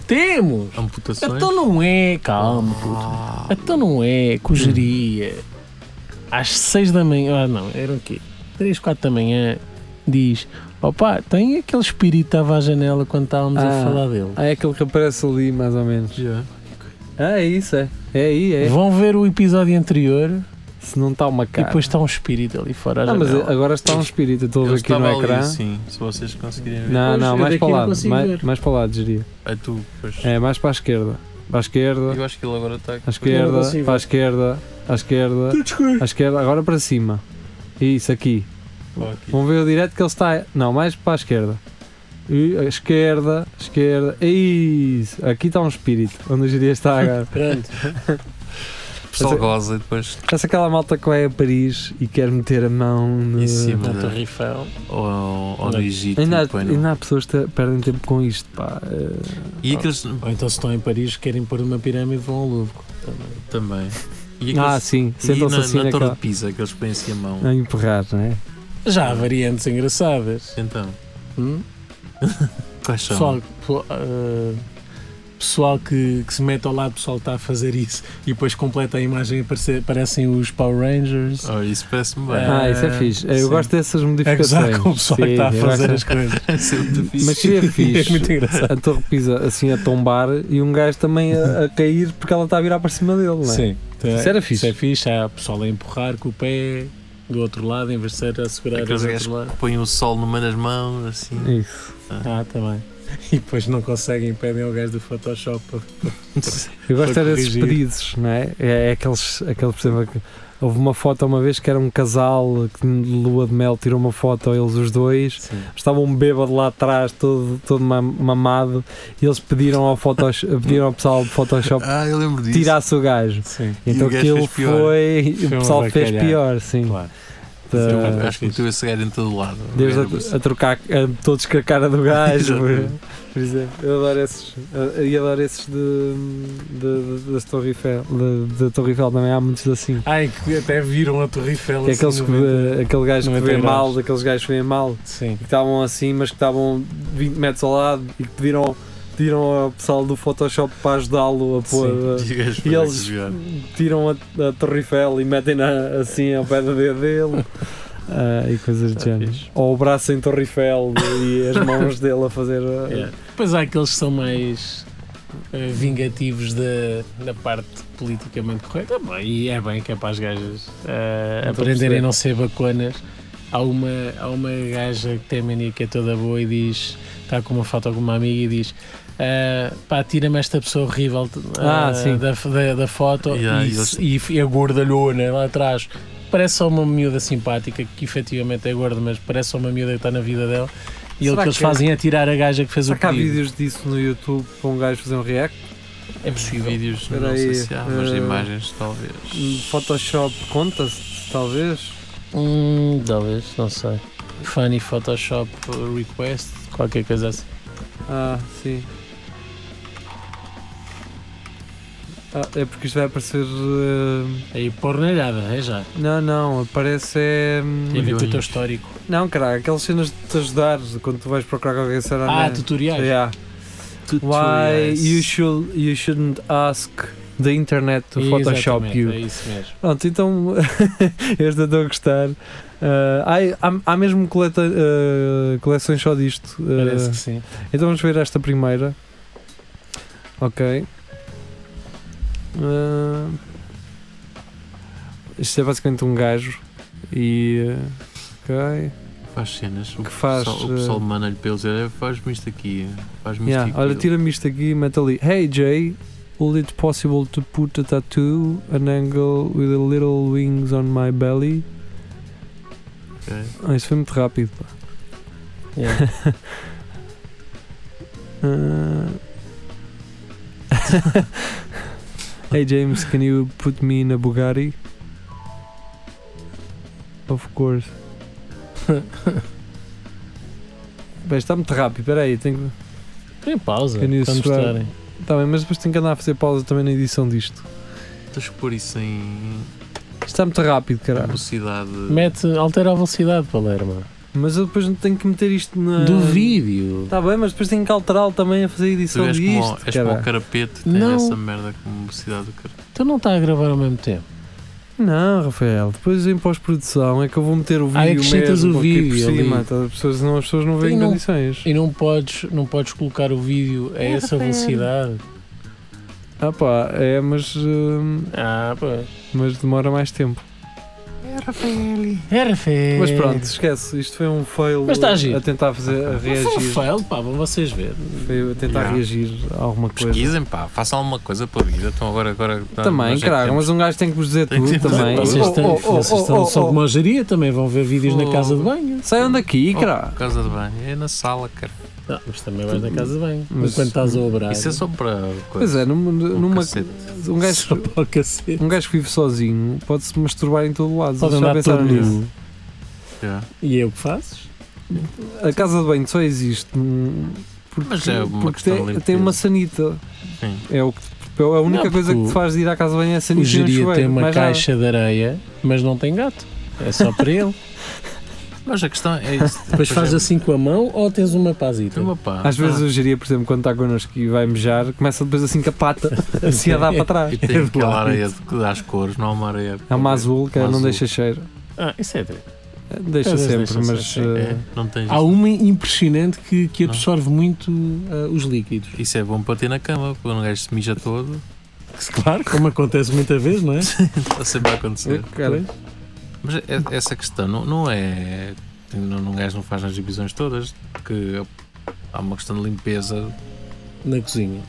Speaker 4: Temos!
Speaker 3: Amputações.
Speaker 4: Então não é, calma, puto. Então não é, cogeria. Às 6 da manhã, ah não, era o quê? 3, 4 da manhã, diz: opá, tem aquele espírito que estava à janela quando estávamos
Speaker 2: Ah.
Speaker 4: a falar dele.
Speaker 2: Ah, é aquele que aparece ali, mais ou menos.
Speaker 3: Já.
Speaker 2: Ah, é isso, é. É aí, é.
Speaker 4: Vão ver o episódio anterior
Speaker 2: Se não está uma
Speaker 4: e
Speaker 2: cara.
Speaker 4: depois está um espírito ali fora. à
Speaker 2: Ah, mas
Speaker 4: janela.
Speaker 2: agora está um espírito, eu estou a
Speaker 3: Eu
Speaker 2: ver aqui no
Speaker 3: estava ali,
Speaker 2: ecrã.
Speaker 3: sim, se vocês conseguirem ver.
Speaker 2: Não,
Speaker 4: Pois,
Speaker 2: não,
Speaker 4: eu
Speaker 2: mais
Speaker 4: daqui
Speaker 2: para
Speaker 4: não
Speaker 2: lá,
Speaker 4: consigo
Speaker 2: mais,
Speaker 4: ver.
Speaker 2: mais para lá, diria.
Speaker 3: É tu, pois.
Speaker 2: É, mais para a esquerda. Para a esquerda,
Speaker 3: Eu acho que ele agora tá está
Speaker 2: à
Speaker 4: Eu
Speaker 3: aqui.
Speaker 4: não
Speaker 2: esquerda,
Speaker 4: consigo
Speaker 2: para a
Speaker 4: ver.
Speaker 2: esquerda, à esquerda, à esquerda, agora para cima. Isso, aqui.
Speaker 3: Ó, aqui.
Speaker 2: Vão ver o direto que ele está. Não, mais para a esquerda. E a esquerda, a esquerda. Isso! Aqui está um espírito, onde o Jiria está agora.
Speaker 4: Pronto.
Speaker 3: O pessoal
Speaker 2: é-
Speaker 3: goza e depois.
Speaker 2: Parece aquela malta que vai a Paris e quer meter a mão no.
Speaker 3: Em cima.
Speaker 4: Na Torre Eiffel.
Speaker 3: Ou, ou no
Speaker 4: Olha,
Speaker 3: Egito.
Speaker 2: Ainda,
Speaker 4: Tipo,
Speaker 2: há-
Speaker 3: põe no-
Speaker 2: ainda há pessoas que perdem tempo com isto, pá.
Speaker 3: E aqueles.
Speaker 4: Ou então, se estão em Paris, querem pôr uma pirâmide, vão ao Louvre.
Speaker 3: Também. E
Speaker 2: Ah,
Speaker 3: aqueles.
Speaker 2: sim,
Speaker 3: e na,
Speaker 2: sentam-se assim
Speaker 3: na Torre
Speaker 2: naquela-
Speaker 3: de Pisa, que eles põem assim a mão.
Speaker 2: a empurrar, não é?
Speaker 4: Já há variantes engraçadas.
Speaker 3: Então,
Speaker 4: Hum?
Speaker 3: quais são?
Speaker 4: pessoal, pessoal, ah, pessoal que, que se mete ao lado, pessoal que está a fazer isso e depois completa a imagem e aparece- aparecem os Power Rangers.
Speaker 3: Oh, isso parece-me bem.
Speaker 4: Ah,
Speaker 2: Ah, isso é fixe. Eu
Speaker 4: sim.
Speaker 2: gosto dessas
Speaker 4: a
Speaker 2: modificações.
Speaker 4: gozar com o pessoal que
Speaker 2: Sim,
Speaker 4: está a
Speaker 2: eu
Speaker 4: fazer
Speaker 2: gosto.
Speaker 4: as coisas.
Speaker 3: Parece muito fixe.
Speaker 2: Mas seria
Speaker 4: é
Speaker 2: fixe
Speaker 4: muito engraçado.
Speaker 2: a Torre Pisa assim a tombar e um gajo também a, a cair porque ela está a virar para cima dele, não é?
Speaker 4: Sim,
Speaker 2: Isso era fixe.
Speaker 4: Isso é fixe. Há pessoal a empurrar com o pé do outro lado em vez de ser a
Speaker 2: É
Speaker 4: segurar do
Speaker 3: Aqueles
Speaker 4: outro lado.
Speaker 3: gajos que põem o sol numa das mãos, assim.
Speaker 2: Isso.
Speaker 4: Ah, também. E depois não conseguem, pedem ao gajo do Photoshop.
Speaker 2: Eu gosto
Speaker 4: Para
Speaker 2: era desses
Speaker 4: corrigir.
Speaker 2: pedidos, não é? É, é aqueles, aqueles, por exemplo, que- houve uma foto uma vez que era um casal que de lua de mel tirou uma foto, eles os dois,
Speaker 4: Sim.
Speaker 2: estava um bêbado lá atrás, todo, todo mam- mamado, e eles pediram ao, Photoshop, pediram ao pessoal do Photoshop
Speaker 3: Ah, eu lembro disso.
Speaker 2: que tirasse o gajo.
Speaker 4: Sim.
Speaker 3: E
Speaker 2: Então
Speaker 3: o gajo
Speaker 2: aquilo
Speaker 3: fez pior.
Speaker 2: foi. O
Speaker 4: Foi um
Speaker 2: pessoal fez
Speaker 4: bacalhau.
Speaker 2: pior, sim. Então,
Speaker 4: Claro.
Speaker 2: Da-
Speaker 3: um
Speaker 4: Sim,
Speaker 3: Acho que meteu esse gajo em todo lado.
Speaker 2: Desde a, a trocar a- todos com a cara do gajo. por, por exemplo, eu adoro esses. eh, E adoro esses de, de, de, das Torre Eiffel. de- Da Torre Eiffel também há muitos assim.
Speaker 4: Ai, que até viram a Torre Eiffel.
Speaker 2: Que é aqueles
Speaker 4: assim,
Speaker 2: que, vê- aquele gajo que
Speaker 4: 90
Speaker 2: vê mal,
Speaker 4: graus.
Speaker 2: daqueles gajos que vêem mal,
Speaker 4: Sim.
Speaker 2: que estavam assim, mas que estavam 20 metros ao lado e que pediram, pediram ao pessoal do Photoshop para ajudá-lo a pôr.
Speaker 4: Sim.
Speaker 2: eh,
Speaker 3: E
Speaker 2: e eles tiram a, a Torre Eiffel e metem-na assim ao pé do dedo dele Ah, e coisas do
Speaker 4: Tá
Speaker 2: género. Ou o braço em Torre Eiffel e as mãos dele a fazer. ah,
Speaker 4: Yeah. Depois há aqueles que são mais eh, vingativos da, da parte politicamente correta. Bom, e é bem que é para as gajas eh,
Speaker 2: Não estou a
Speaker 4: aprenderem
Speaker 2: perceber.
Speaker 4: a não ser baconas. Há uma, há uma gaja que tem mania que é toda boa e diz: está com uma foto com uma amiga e diz. eh, pá, tira-me esta pessoa horrível
Speaker 2: Ah,
Speaker 4: eh,
Speaker 2: sim.
Speaker 4: da, da, da foto
Speaker 3: Yeah,
Speaker 4: e,
Speaker 3: eles-
Speaker 4: e, e a gordalhona lá atrás parece só uma miúda simpática que efetivamente é gorda, mas parece só uma miúda que está na vida dela e
Speaker 2: Será
Speaker 4: o que eles
Speaker 2: que-
Speaker 4: fazem é tirar a gaja que fez
Speaker 2: Será
Speaker 4: o
Speaker 2: que há
Speaker 4: pedido.
Speaker 2: vídeos disso no YouTube para um gajo fazer um react?
Speaker 4: É possível.
Speaker 3: Vídeos,
Speaker 2: Espera
Speaker 3: não
Speaker 2: aí,
Speaker 3: sei se há, mas
Speaker 2: eh,
Speaker 3: imagens talvez.
Speaker 2: Hum, Photoshop conta-se, talvez?
Speaker 4: Hum, talvez, não sei. Funny Photoshop Request, qualquer coisa assim.
Speaker 2: Ah, sim. Ah, é porque isto vai aparecer. eh,
Speaker 4: Aí pornalhada, é já.
Speaker 2: Não, não, aparece. é, hum,
Speaker 4: Tem a ver com o
Speaker 3: Milhões.
Speaker 4: teu histórico.
Speaker 2: Não, caralho, aquelas cenas de te ajudar quando tu vais procurar qualquer cena.
Speaker 4: Ah,
Speaker 2: né?
Speaker 4: tutoriais.
Speaker 2: Yeah. Why
Speaker 3: Tutoriais.
Speaker 2: you, should, you shouldn't ask the internet to Photoshop
Speaker 4: Exatamente,
Speaker 2: you.
Speaker 4: É isso mesmo.
Speaker 2: Pronto, então este eu estou a gostar. Ah, há- há, há mesmo coleta, ah, coleções só disto. Ah,
Speaker 4: Parece que sim.
Speaker 2: então vamos ver esta primeira. Ok. Ah, isto é basicamente um gajo. E. ah, ok.
Speaker 3: Faz cenas. O
Speaker 2: Que faz,
Speaker 3: pessoal, o
Speaker 2: eh,
Speaker 3: pessoal manda-lhe para eles dizer, "Eh, faz-me isto aqui, faz-me isto
Speaker 2: Yeah,
Speaker 3: aqui.
Speaker 2: olha, tira-me isto aqui e mete ali. Hey Jay, would it possible to put a tattoo, an angle with a little wings on my belly? Ah, isso foi muito rápido. pá.
Speaker 4: Yeah.
Speaker 2: Ah. hey James, can you put me in a Bugatti? Of course. Bem, está muito rápido, peraí, tenho que.
Speaker 4: Tem pausa.
Speaker 2: Can you
Speaker 4: Quando
Speaker 2: swear?
Speaker 4: gostarem.
Speaker 2: Tá bem, mas depois tenho que andar a fazer pausa também na edição disto.
Speaker 3: Tens que pôr isso em
Speaker 2: Isto Está muito rápido, caralho.
Speaker 3: velocidade.
Speaker 4: Mete, altera a velocidade, Palermo.
Speaker 2: Mas eu depois não tenho que meter isto na.
Speaker 4: Do vídeo.
Speaker 2: Está bem, mas depois tenho que alterá-lo também a fazer a
Speaker 3: Tu
Speaker 2: edição
Speaker 3: és como, o-
Speaker 2: disto.
Speaker 3: és como o
Speaker 2: caralho.
Speaker 3: carapete, tens
Speaker 4: Não.
Speaker 3: essa merda como velocidade do carapete.
Speaker 4: Tu Então não está a gravar ao mesmo tempo.
Speaker 2: Não, Rafael, depois em pós-produção é que eu vou meter o vídeo
Speaker 4: Ah, acrescentas
Speaker 2: mesmo
Speaker 4: o
Speaker 2: aqui
Speaker 4: vídeo
Speaker 2: por
Speaker 4: ali.
Speaker 2: cima. tá? As pessoas não, as pessoas não veem
Speaker 4: Sim, não.
Speaker 2: condições.
Speaker 4: E não podes, não podes colocar o vídeo a essa velocidade.
Speaker 2: Ah pá, é, mas, hum,
Speaker 4: Ah, pois.
Speaker 2: mas demora mais tempo.
Speaker 4: Era feio.
Speaker 2: Mas pronto, é esquece, isto foi um fail
Speaker 4: É. Mas está giro.
Speaker 2: a tentar fazer, a
Speaker 4: Foi um
Speaker 2: reagir.
Speaker 4: fail, pá, vão vocês ver.
Speaker 2: Foi a tentar
Speaker 3: Yeah.
Speaker 2: reagir a alguma coisa.
Speaker 3: Pesquisem, pá, façam alguma coisa pela vida. Estão agora. agora
Speaker 2: Também,
Speaker 3: nós é que
Speaker 2: caralho,
Speaker 3: temos-
Speaker 2: mas um gajo tem que vos dizer
Speaker 3: Tem que
Speaker 2: tudo
Speaker 3: dizer
Speaker 2: também.
Speaker 3: tudo.
Speaker 4: Vocês
Speaker 2: Oh,
Speaker 4: estão,
Speaker 2: oh, oh,
Speaker 4: vocês
Speaker 2: oh,
Speaker 4: estão
Speaker 2: oh,
Speaker 4: só
Speaker 2: oh.
Speaker 4: de mojaria, também vão ver vídeos na casa de banho.
Speaker 2: Saiam daqui, caralho.
Speaker 3: Casa de banho, é na sala, cara.
Speaker 4: Não, mas também vais na casa de banho.
Speaker 2: Mas-
Speaker 4: Enquanto estás a obrar.
Speaker 3: Isso é só para.
Speaker 2: Pois é, numa,
Speaker 3: numa.
Speaker 2: numa, um,
Speaker 4: Só
Speaker 2: gajo,
Speaker 4: para o cacete.
Speaker 2: um gajo que vive sozinho pode-se masturbar em todo lado.
Speaker 4: Pode
Speaker 2: Vocês já
Speaker 4: andar todo
Speaker 2: pensaram nisso?
Speaker 4: nu. E é o que fazes?
Speaker 2: A casa de banho só existe hum, porque,
Speaker 3: Mas é uma
Speaker 2: porque
Speaker 3: questão de
Speaker 2: tem,
Speaker 3: limpeza.
Speaker 2: tem uma sanita.
Speaker 3: Sim.
Speaker 2: É o que, é a única
Speaker 4: Não,
Speaker 2: coisa que
Speaker 4: o-
Speaker 2: te faz de ir à casa de banho é a
Speaker 4: O
Speaker 2: sanita. e um
Speaker 4: geria
Speaker 2: chuveiro,
Speaker 4: tem uma
Speaker 2: mais nada.
Speaker 4: caixa de areia, mas não tem gato. É só para ele.
Speaker 3: Mas a questão é isso.
Speaker 4: Depois faz
Speaker 3: é-
Speaker 4: assim com a mão ou tens uma pazita?
Speaker 3: Tem uma pá.
Speaker 2: assim. Às vezes o geria, por exemplo, quando está connosco e vai mejar, começa depois assim com a pata, assim a dar para
Speaker 3: E
Speaker 2: trás.
Speaker 3: tem
Speaker 4: É
Speaker 3: aquela
Speaker 4: válido.
Speaker 3: areia de- que dá as cores, não há uma areia.
Speaker 2: É uma azul que
Speaker 3: Uma
Speaker 2: não
Speaker 3: azul.
Speaker 2: deixa cheiro.
Speaker 4: Ah, isso é triste.
Speaker 2: Deixa
Speaker 4: Elas
Speaker 2: sempre,
Speaker 4: deixam
Speaker 2: mas.
Speaker 4: sempre,
Speaker 2: eh,
Speaker 3: É, não tens.
Speaker 4: Há uma impressionante que, que
Speaker 3: Não.
Speaker 4: absorve muito ah, os líquidos.
Speaker 3: Isso é bom para ter na cama, porque um gajo se mija todo,
Speaker 4: Claro, como acontece muita vez, não é?
Speaker 3: está sempre a acontecer.
Speaker 2: cara,
Speaker 3: Mas é- essa questão não, não é. Não, um gajo não faz nas divisões todas, porque há uma questão de limpeza
Speaker 4: Na cozinha.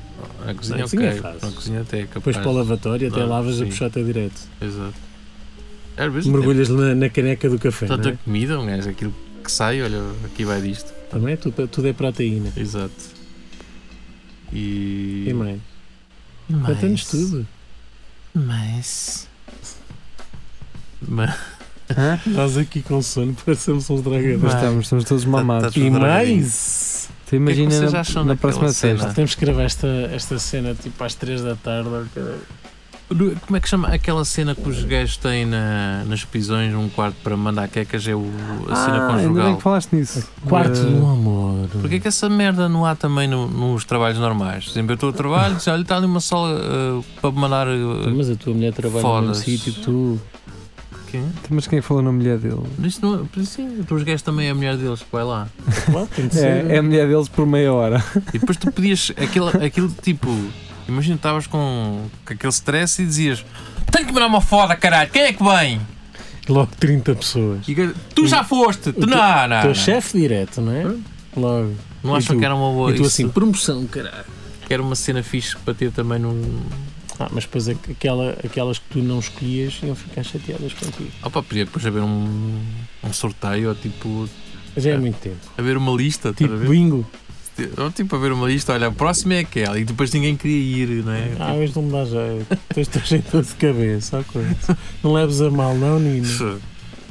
Speaker 3: na cozinha,
Speaker 4: Na cozinha
Speaker 3: ok.
Speaker 4: faz.
Speaker 3: Na cozinha até é capaz.
Speaker 4: Depois para o lavatório, até
Speaker 3: Não,
Speaker 4: lavas a
Speaker 3: sim.
Speaker 4: puxota direto.
Speaker 3: Exato. Às vezes
Speaker 4: Mergulhas na, na caneca do café.
Speaker 3: tem
Speaker 4: não
Speaker 3: tanta
Speaker 4: é?
Speaker 3: comida, um gajo, aquilo que sai, olha, aqui vai disto.
Speaker 4: Também tudo, tudo é proteína.
Speaker 3: Exato. E.
Speaker 4: E mãe,
Speaker 3: e mais.
Speaker 4: conta-nos tudo.
Speaker 3: Mas. Mas.
Speaker 4: Nós aqui com sono parecemos uns
Speaker 2: mas
Speaker 4: dragões.
Speaker 2: estamos, estamos todos mamados.
Speaker 3: tá- é
Speaker 4: E mais?
Speaker 2: Tu imagina
Speaker 3: vocês
Speaker 2: na-
Speaker 3: acham
Speaker 2: na,
Speaker 3: daquela
Speaker 2: próxima
Speaker 3: cena?
Speaker 2: sexta.
Speaker 4: Temos que gravar esta, esta cena tipo às 3 da tarde. ou caralho.
Speaker 3: Como é que chama aquela cena que
Speaker 2: É.
Speaker 3: os gajos têm na, nas prisões, um quarto para mandar quecas? É o, a cena
Speaker 2: ah, ainda bem
Speaker 3: conjugal.
Speaker 2: que falaste nisso.
Speaker 4: Quarto
Speaker 2: Eh,
Speaker 4: do amor.
Speaker 3: Porquê que essa merda não há também no- nos trabalhos normais? Por exemplo, eu estou a trabalho, diz, olha, está ali uma sala eh, para mandar.
Speaker 2: Hum?
Speaker 3: eh,
Speaker 4: Mas a tua mulher trabalha no mesmo
Speaker 3: Foda-se.
Speaker 4: sítio que tu.
Speaker 3: quê?
Speaker 2: Mas quem é falou na mulher dele?
Speaker 3: é?" Isso não, é, por isso sim, os gajos também é a mulher deles que vai lá.
Speaker 4: Claro, tem de ser.
Speaker 2: É, é a mulher deles por meia hora.
Speaker 3: E depois tu pedias aquilo, aquilo tipo. Imagina, estavas com, com aquele stress e dizias: Tenho que mandar uma foda, caralho, quem é que vem?
Speaker 4: Logo 30 pessoas.
Speaker 3: E o gajo, tu já foste, tu não, não.
Speaker 4: Teu
Speaker 3: não."
Speaker 4: chefe direto, não é? Logo.
Speaker 3: Não
Speaker 4: E
Speaker 3: acham
Speaker 4: tu?
Speaker 3: que era uma boa
Speaker 4: e tu
Speaker 3: isso?
Speaker 4: assim, promoção, caralho.
Speaker 3: Que era uma cena fixe para ter também num.
Speaker 4: Ah, mas depois aqu- aquela, aquelas que tu não escolhias iam ficar chateadas contigo.
Speaker 3: Opa, podia depois haver um, um sorteio ou tipo.
Speaker 4: Mas já é
Speaker 3: É.
Speaker 4: muito tempo.
Speaker 3: haver uma lista, estás
Speaker 4: Tipo
Speaker 3: a ver?
Speaker 4: bingo.
Speaker 3: Ou tipo haver uma lista, olha, a próxima é aquela e depois ninguém queria ir, não é?
Speaker 4: Ah, mas não me dá jeito. Tens teu jeito de cabeça, ó coisa. Não leves a mal, não, Nino.
Speaker 3: Pff,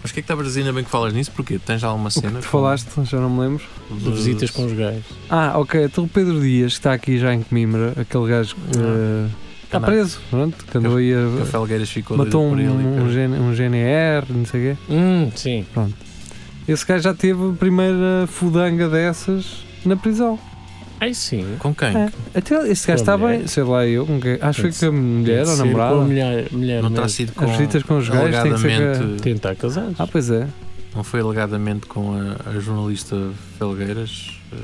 Speaker 3: Mas o que é que estavas a dizer ainda bem que falas nisso? Porquê? Tens alguma
Speaker 2: O que
Speaker 3: cena?
Speaker 2: tu falaste, já não me lembro.
Speaker 3: de-
Speaker 4: De visitas conjugais.
Speaker 2: Ah, ok. Então o Pedro Dias, que está aqui já em Coimbra, aquele gajo que,
Speaker 3: Ah.
Speaker 2: eh, Está preso, pronto, que andou aí
Speaker 3: Que a
Speaker 2: a-
Speaker 3: Felgueiras ficou
Speaker 2: Matou um,
Speaker 3: por ele. então. e
Speaker 2: um,
Speaker 3: pelo-
Speaker 2: G- um GNR, não sei o quê.
Speaker 4: Hum, sim.
Speaker 2: Esse gajo já teve a primeira fudanga dessas na prisão.
Speaker 4: Ai, sim.
Speaker 3: Com quem?
Speaker 2: É. Até esse
Speaker 4: Com a
Speaker 2: gajo está
Speaker 4: mulher.
Speaker 2: bem, sei lá eu, com quem- acho que foi com a mulher ou
Speaker 4: Sim, com a
Speaker 2: namorada.
Speaker 4: mulher, mulher
Speaker 3: Não terá
Speaker 4: mesmo.
Speaker 3: sido com.
Speaker 2: As visitas conjugais têm que ser. com a-
Speaker 3: alegadamente-
Speaker 4: Tentar casar.
Speaker 2: Ah, pois é.
Speaker 3: Não foi alegadamente com a, a jornalista Felgueiras? eh,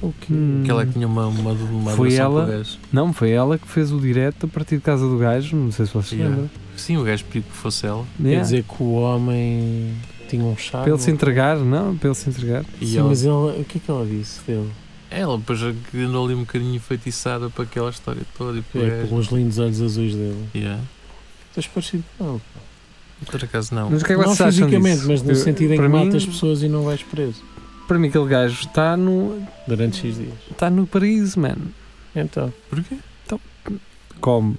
Speaker 4: O quê?
Speaker 2: Hum.
Speaker 3: que ela é tinha uma, uma, uma
Speaker 2: Foi
Speaker 3: relação com
Speaker 2: ela?
Speaker 3: o gajo.
Speaker 2: Não, foi ela que fez o direto a partir de casa do gajo, não sei se vocês
Speaker 3: Yeah.
Speaker 2: lembram.
Speaker 3: Sim, o gajo pediu que fosse ela.
Speaker 4: Quer
Speaker 2: Yeah.
Speaker 4: dizer que o homem tinha um charme.
Speaker 2: Para ele se entregar, não, para ele se entregar.
Speaker 3: E
Speaker 4: Sim,
Speaker 3: ela,
Speaker 4: mas ela, o que é que ela disse dele?
Speaker 3: ela depois andou ali um bocadinho enfeitiçada para aquela história toda e para o
Speaker 4: É,
Speaker 3: gajo.
Speaker 4: pelos lindos olhos azuis dele.
Speaker 3: Yeah.
Speaker 4: Estás parecido com ela.
Speaker 3: Por acaso não.
Speaker 2: Mas o que é que
Speaker 4: não
Speaker 2: vocês acham
Speaker 4: fisicamente,
Speaker 2: disso?
Speaker 4: mas no
Speaker 2: Eu-
Speaker 4: sentido em que
Speaker 2: para mim,
Speaker 4: matas pessoas e não vais preso
Speaker 2: Para mim aquele gajo está no,
Speaker 4: durante X dias.
Speaker 2: está no paraíso, mano.
Speaker 4: Então,
Speaker 3: Porquê?
Speaker 2: Come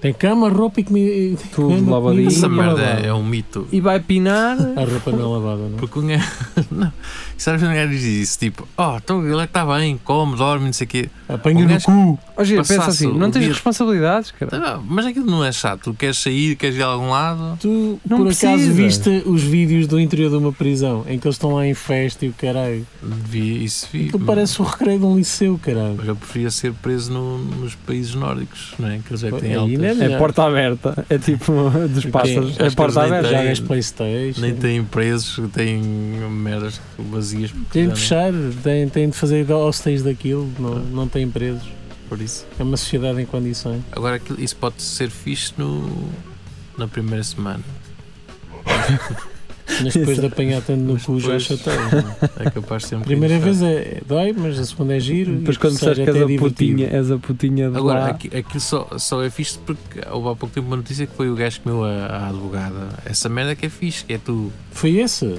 Speaker 4: tem cama, roupa e comida.
Speaker 2: Tudo
Speaker 4: cama,
Speaker 2: lavadinho.
Speaker 4: comida,
Speaker 3: Essa
Speaker 2: Sim,
Speaker 3: merda
Speaker 4: lavada.
Speaker 3: é, é um mito.
Speaker 2: e vai pinar. um
Speaker 4: A roupa não é lavada, não?
Speaker 3: Porque um gajo. Não. Sabes quando um gajo diz isso? Tipo, oh, então ele é que está bem, come, dorme, não sei o quê.
Speaker 4: Apanha
Speaker 3: Um
Speaker 4: no
Speaker 3: gajo-
Speaker 4: cu.
Speaker 2: Hoje pensa
Speaker 3: Passasse
Speaker 2: assim, não
Speaker 3: o
Speaker 2: tens
Speaker 3: dia-
Speaker 2: responsabilidades, cara.
Speaker 3: Ah, Mas aquilo não é chato. Tu queres sair, queres ir a algum lado.
Speaker 4: Tu,
Speaker 2: Não
Speaker 4: por acaso,
Speaker 2: precisa.
Speaker 4: viste os vídeos do interior de uma prisão em que eles estão lá em festa e o caralho.
Speaker 3: Devia, isso vi.
Speaker 2: Hum.
Speaker 4: Aquilo parece o recreio de um liceu, caralho.
Speaker 3: Mas eu preferia ser preso no- nos países nórdicos, não é? Que eles é que têm
Speaker 4: Aí não
Speaker 3: altas.
Speaker 4: melhor.
Speaker 2: É porta aberta. É tipo dos
Speaker 4: Porque
Speaker 2: pássaros. É
Speaker 3: acho que
Speaker 2: porta
Speaker 3: eles nem
Speaker 2: aberta.
Speaker 3: têm-
Speaker 4: Jogas Playstation.
Speaker 3: Nem têm presos, têm merdas vazias porque
Speaker 4: Tem
Speaker 3: já
Speaker 4: de
Speaker 3: não-
Speaker 4: fechar, tem, tem de fazer hóspedes daquilo,
Speaker 2: Ah.
Speaker 4: não, não tem presos.
Speaker 3: por isso.
Speaker 4: É uma sociedade em condições.
Speaker 3: Agora aquilo- isso pode ser fixe no, na primeira semana.
Speaker 4: Mas depois de apanhar tanto no cu já
Speaker 3: depois-
Speaker 4: chateias. não é?
Speaker 3: É capaz de ser um
Speaker 4: Primeira
Speaker 3: bocadinho
Speaker 4: vez
Speaker 3: chato.
Speaker 4: é, dói, mas a segunda é giro.
Speaker 2: Depois
Speaker 4: e a
Speaker 2: quando
Speaker 4: terceira
Speaker 2: sabes que és
Speaker 4: até é
Speaker 2: a
Speaker 4: divertido.
Speaker 2: putinha, és a putinha de
Speaker 3: Agora,
Speaker 2: lá.
Speaker 3: aqui- aquilo só, só é fixe porque houve há pouco tempo uma notícia que foi o gajo que comeu a, a advogada. Essa merda que é fixe, que é tu.
Speaker 4: Foi esse?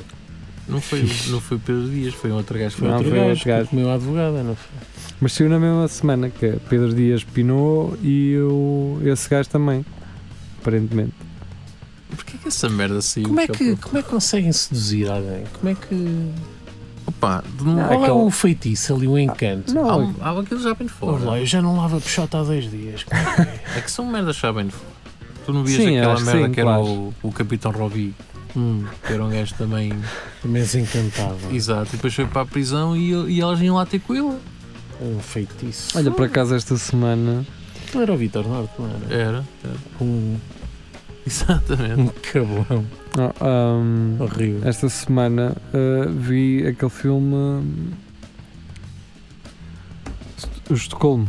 Speaker 3: Não foi, não foi Pedro Dias, foi um outro gajo que
Speaker 4: Foi
Speaker 2: Não,
Speaker 4: outro
Speaker 2: foi
Speaker 4: gajo,
Speaker 2: outro gajo.
Speaker 4: que comeu a advogada, não foi?
Speaker 2: Mas saiu na mesma semana que é Pedro Dias pinou e o, esse gajo também. Aparentemente.
Speaker 3: Porquê que essa merda saiu?
Speaker 4: Como é,
Speaker 3: há
Speaker 4: que,
Speaker 3: pouco?
Speaker 4: como é que conseguem seduzir alguém? Como é que.
Speaker 3: Opa, de um-
Speaker 4: Qual é
Speaker 2: aquele-
Speaker 4: o feitiço ali, o encanto?
Speaker 3: há,
Speaker 2: Não,
Speaker 3: um- há aquilo já bem de
Speaker 4: Olha lá,
Speaker 3: fora.
Speaker 4: eu já não lavo a peixota há dois dias.
Speaker 3: É que são merdas já bem de fora. Tu não vias
Speaker 2: Sim,
Speaker 3: aquela
Speaker 2: acho que
Speaker 3: merda
Speaker 2: sim,
Speaker 3: que era
Speaker 2: claro.
Speaker 3: o, o Capitão Robbie,
Speaker 4: hum,
Speaker 3: que era um gajo também.
Speaker 4: mas encantava.
Speaker 3: Exato, e depois foi para a prisão e, e elas iam lá ter com ele.
Speaker 4: Um feitiço.
Speaker 2: olha, por acaso esta semana.
Speaker 4: Aquilo era o Vitor Norte, não era?
Speaker 3: Era, era.
Speaker 2: é.
Speaker 4: Com um,
Speaker 3: exatamente.
Speaker 4: um cabelão
Speaker 2: ah, ahm,
Speaker 4: horrível.
Speaker 2: esta semana ah, vi aquele filme. hum, O Estocolmo.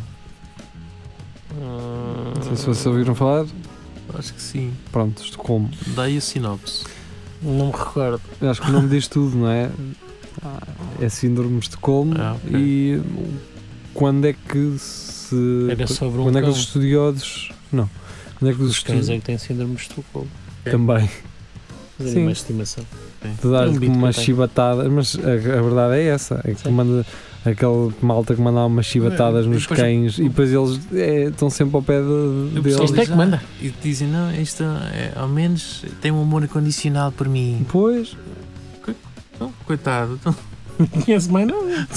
Speaker 4: Ah.
Speaker 2: Não sei se vocês ouviram falar.
Speaker 3: Acho que sim.
Speaker 2: Pronto, Estocolmo.
Speaker 3: Daí o sinopse.
Speaker 4: Não me recordo.
Speaker 2: Eu Acho que o nome diz tudo, não é? É síndrome de Estocolmo
Speaker 3: Ah, ok.
Speaker 2: e quando é que se.
Speaker 4: Era sobre um
Speaker 2: quando é que
Speaker 4: cão.
Speaker 2: os estudiosos. Não. Quando é que os
Speaker 4: Os cães é
Speaker 2: estudiosos.
Speaker 4: que têm síndrome de Estocolmo.
Speaker 2: Também.
Speaker 4: Os
Speaker 2: Sim.
Speaker 4: animais de estimação.
Speaker 2: de dar-lhe
Speaker 4: Um
Speaker 2: como
Speaker 4: bico
Speaker 2: uma
Speaker 4: que tem.
Speaker 2: chibatada, mas a, a verdade é essa: é que
Speaker 4: Sim.
Speaker 2: manda aquele malta que mandava umas chibatadas
Speaker 3: É, e
Speaker 2: nos
Speaker 3: depois-
Speaker 2: cães e depois eles é, estão sempre ao pé de-
Speaker 3: Eu
Speaker 2: deles.
Speaker 3: preciso-
Speaker 4: Isto é que manda.
Speaker 3: E dizem, não, isto é, ao menos tem um amor incondicional por mim.
Speaker 2: Depois,
Speaker 3: Não, coitado, então,
Speaker 4: Não conheço mais nada.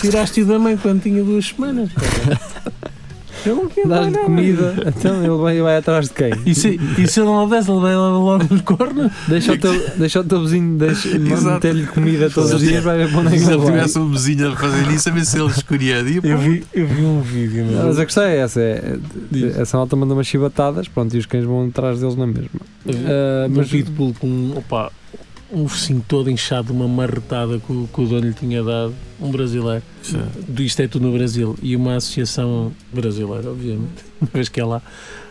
Speaker 4: Tiraste-o da mãe quando tinha duas semanas. cara. Eu não conheço mais
Speaker 2: dás-lhe
Speaker 4: nada.
Speaker 2: comida, então ele vai, vai atrás de quem?
Speaker 4: E se, e se ele não houvesse, ele vai lá logo no corno.
Speaker 2: Deixa o teu, deixa o teu vizinho deixa-
Speaker 3: Exato.
Speaker 2: meter-lhe comida todos os dias, vai ver para onde é que
Speaker 3: se
Speaker 2: ele
Speaker 3: ele
Speaker 2: vai.
Speaker 3: tivesse um vizinho a fazer isso, a ver se ele escolhia. E,
Speaker 4: Eu
Speaker 3: pô,
Speaker 4: vi, eu vi um vídeo,
Speaker 2: Não,
Speaker 4: mas
Speaker 2: Mas a questão é essa: é, é- essa malta manda umas chibatadas, pronto, e os cães vão atrás deles na mesma.
Speaker 4: Eu vi-
Speaker 2: Ah,
Speaker 4: um
Speaker 2: mas
Speaker 4: pitbull com opa, um focinho todo inchado, de uma marretada que, o- que o dono lhe tinha dado, um brasileiro. Do Isto é tudo no Brasil. E uma associação brasileira, obviamente, uma vez que é lá.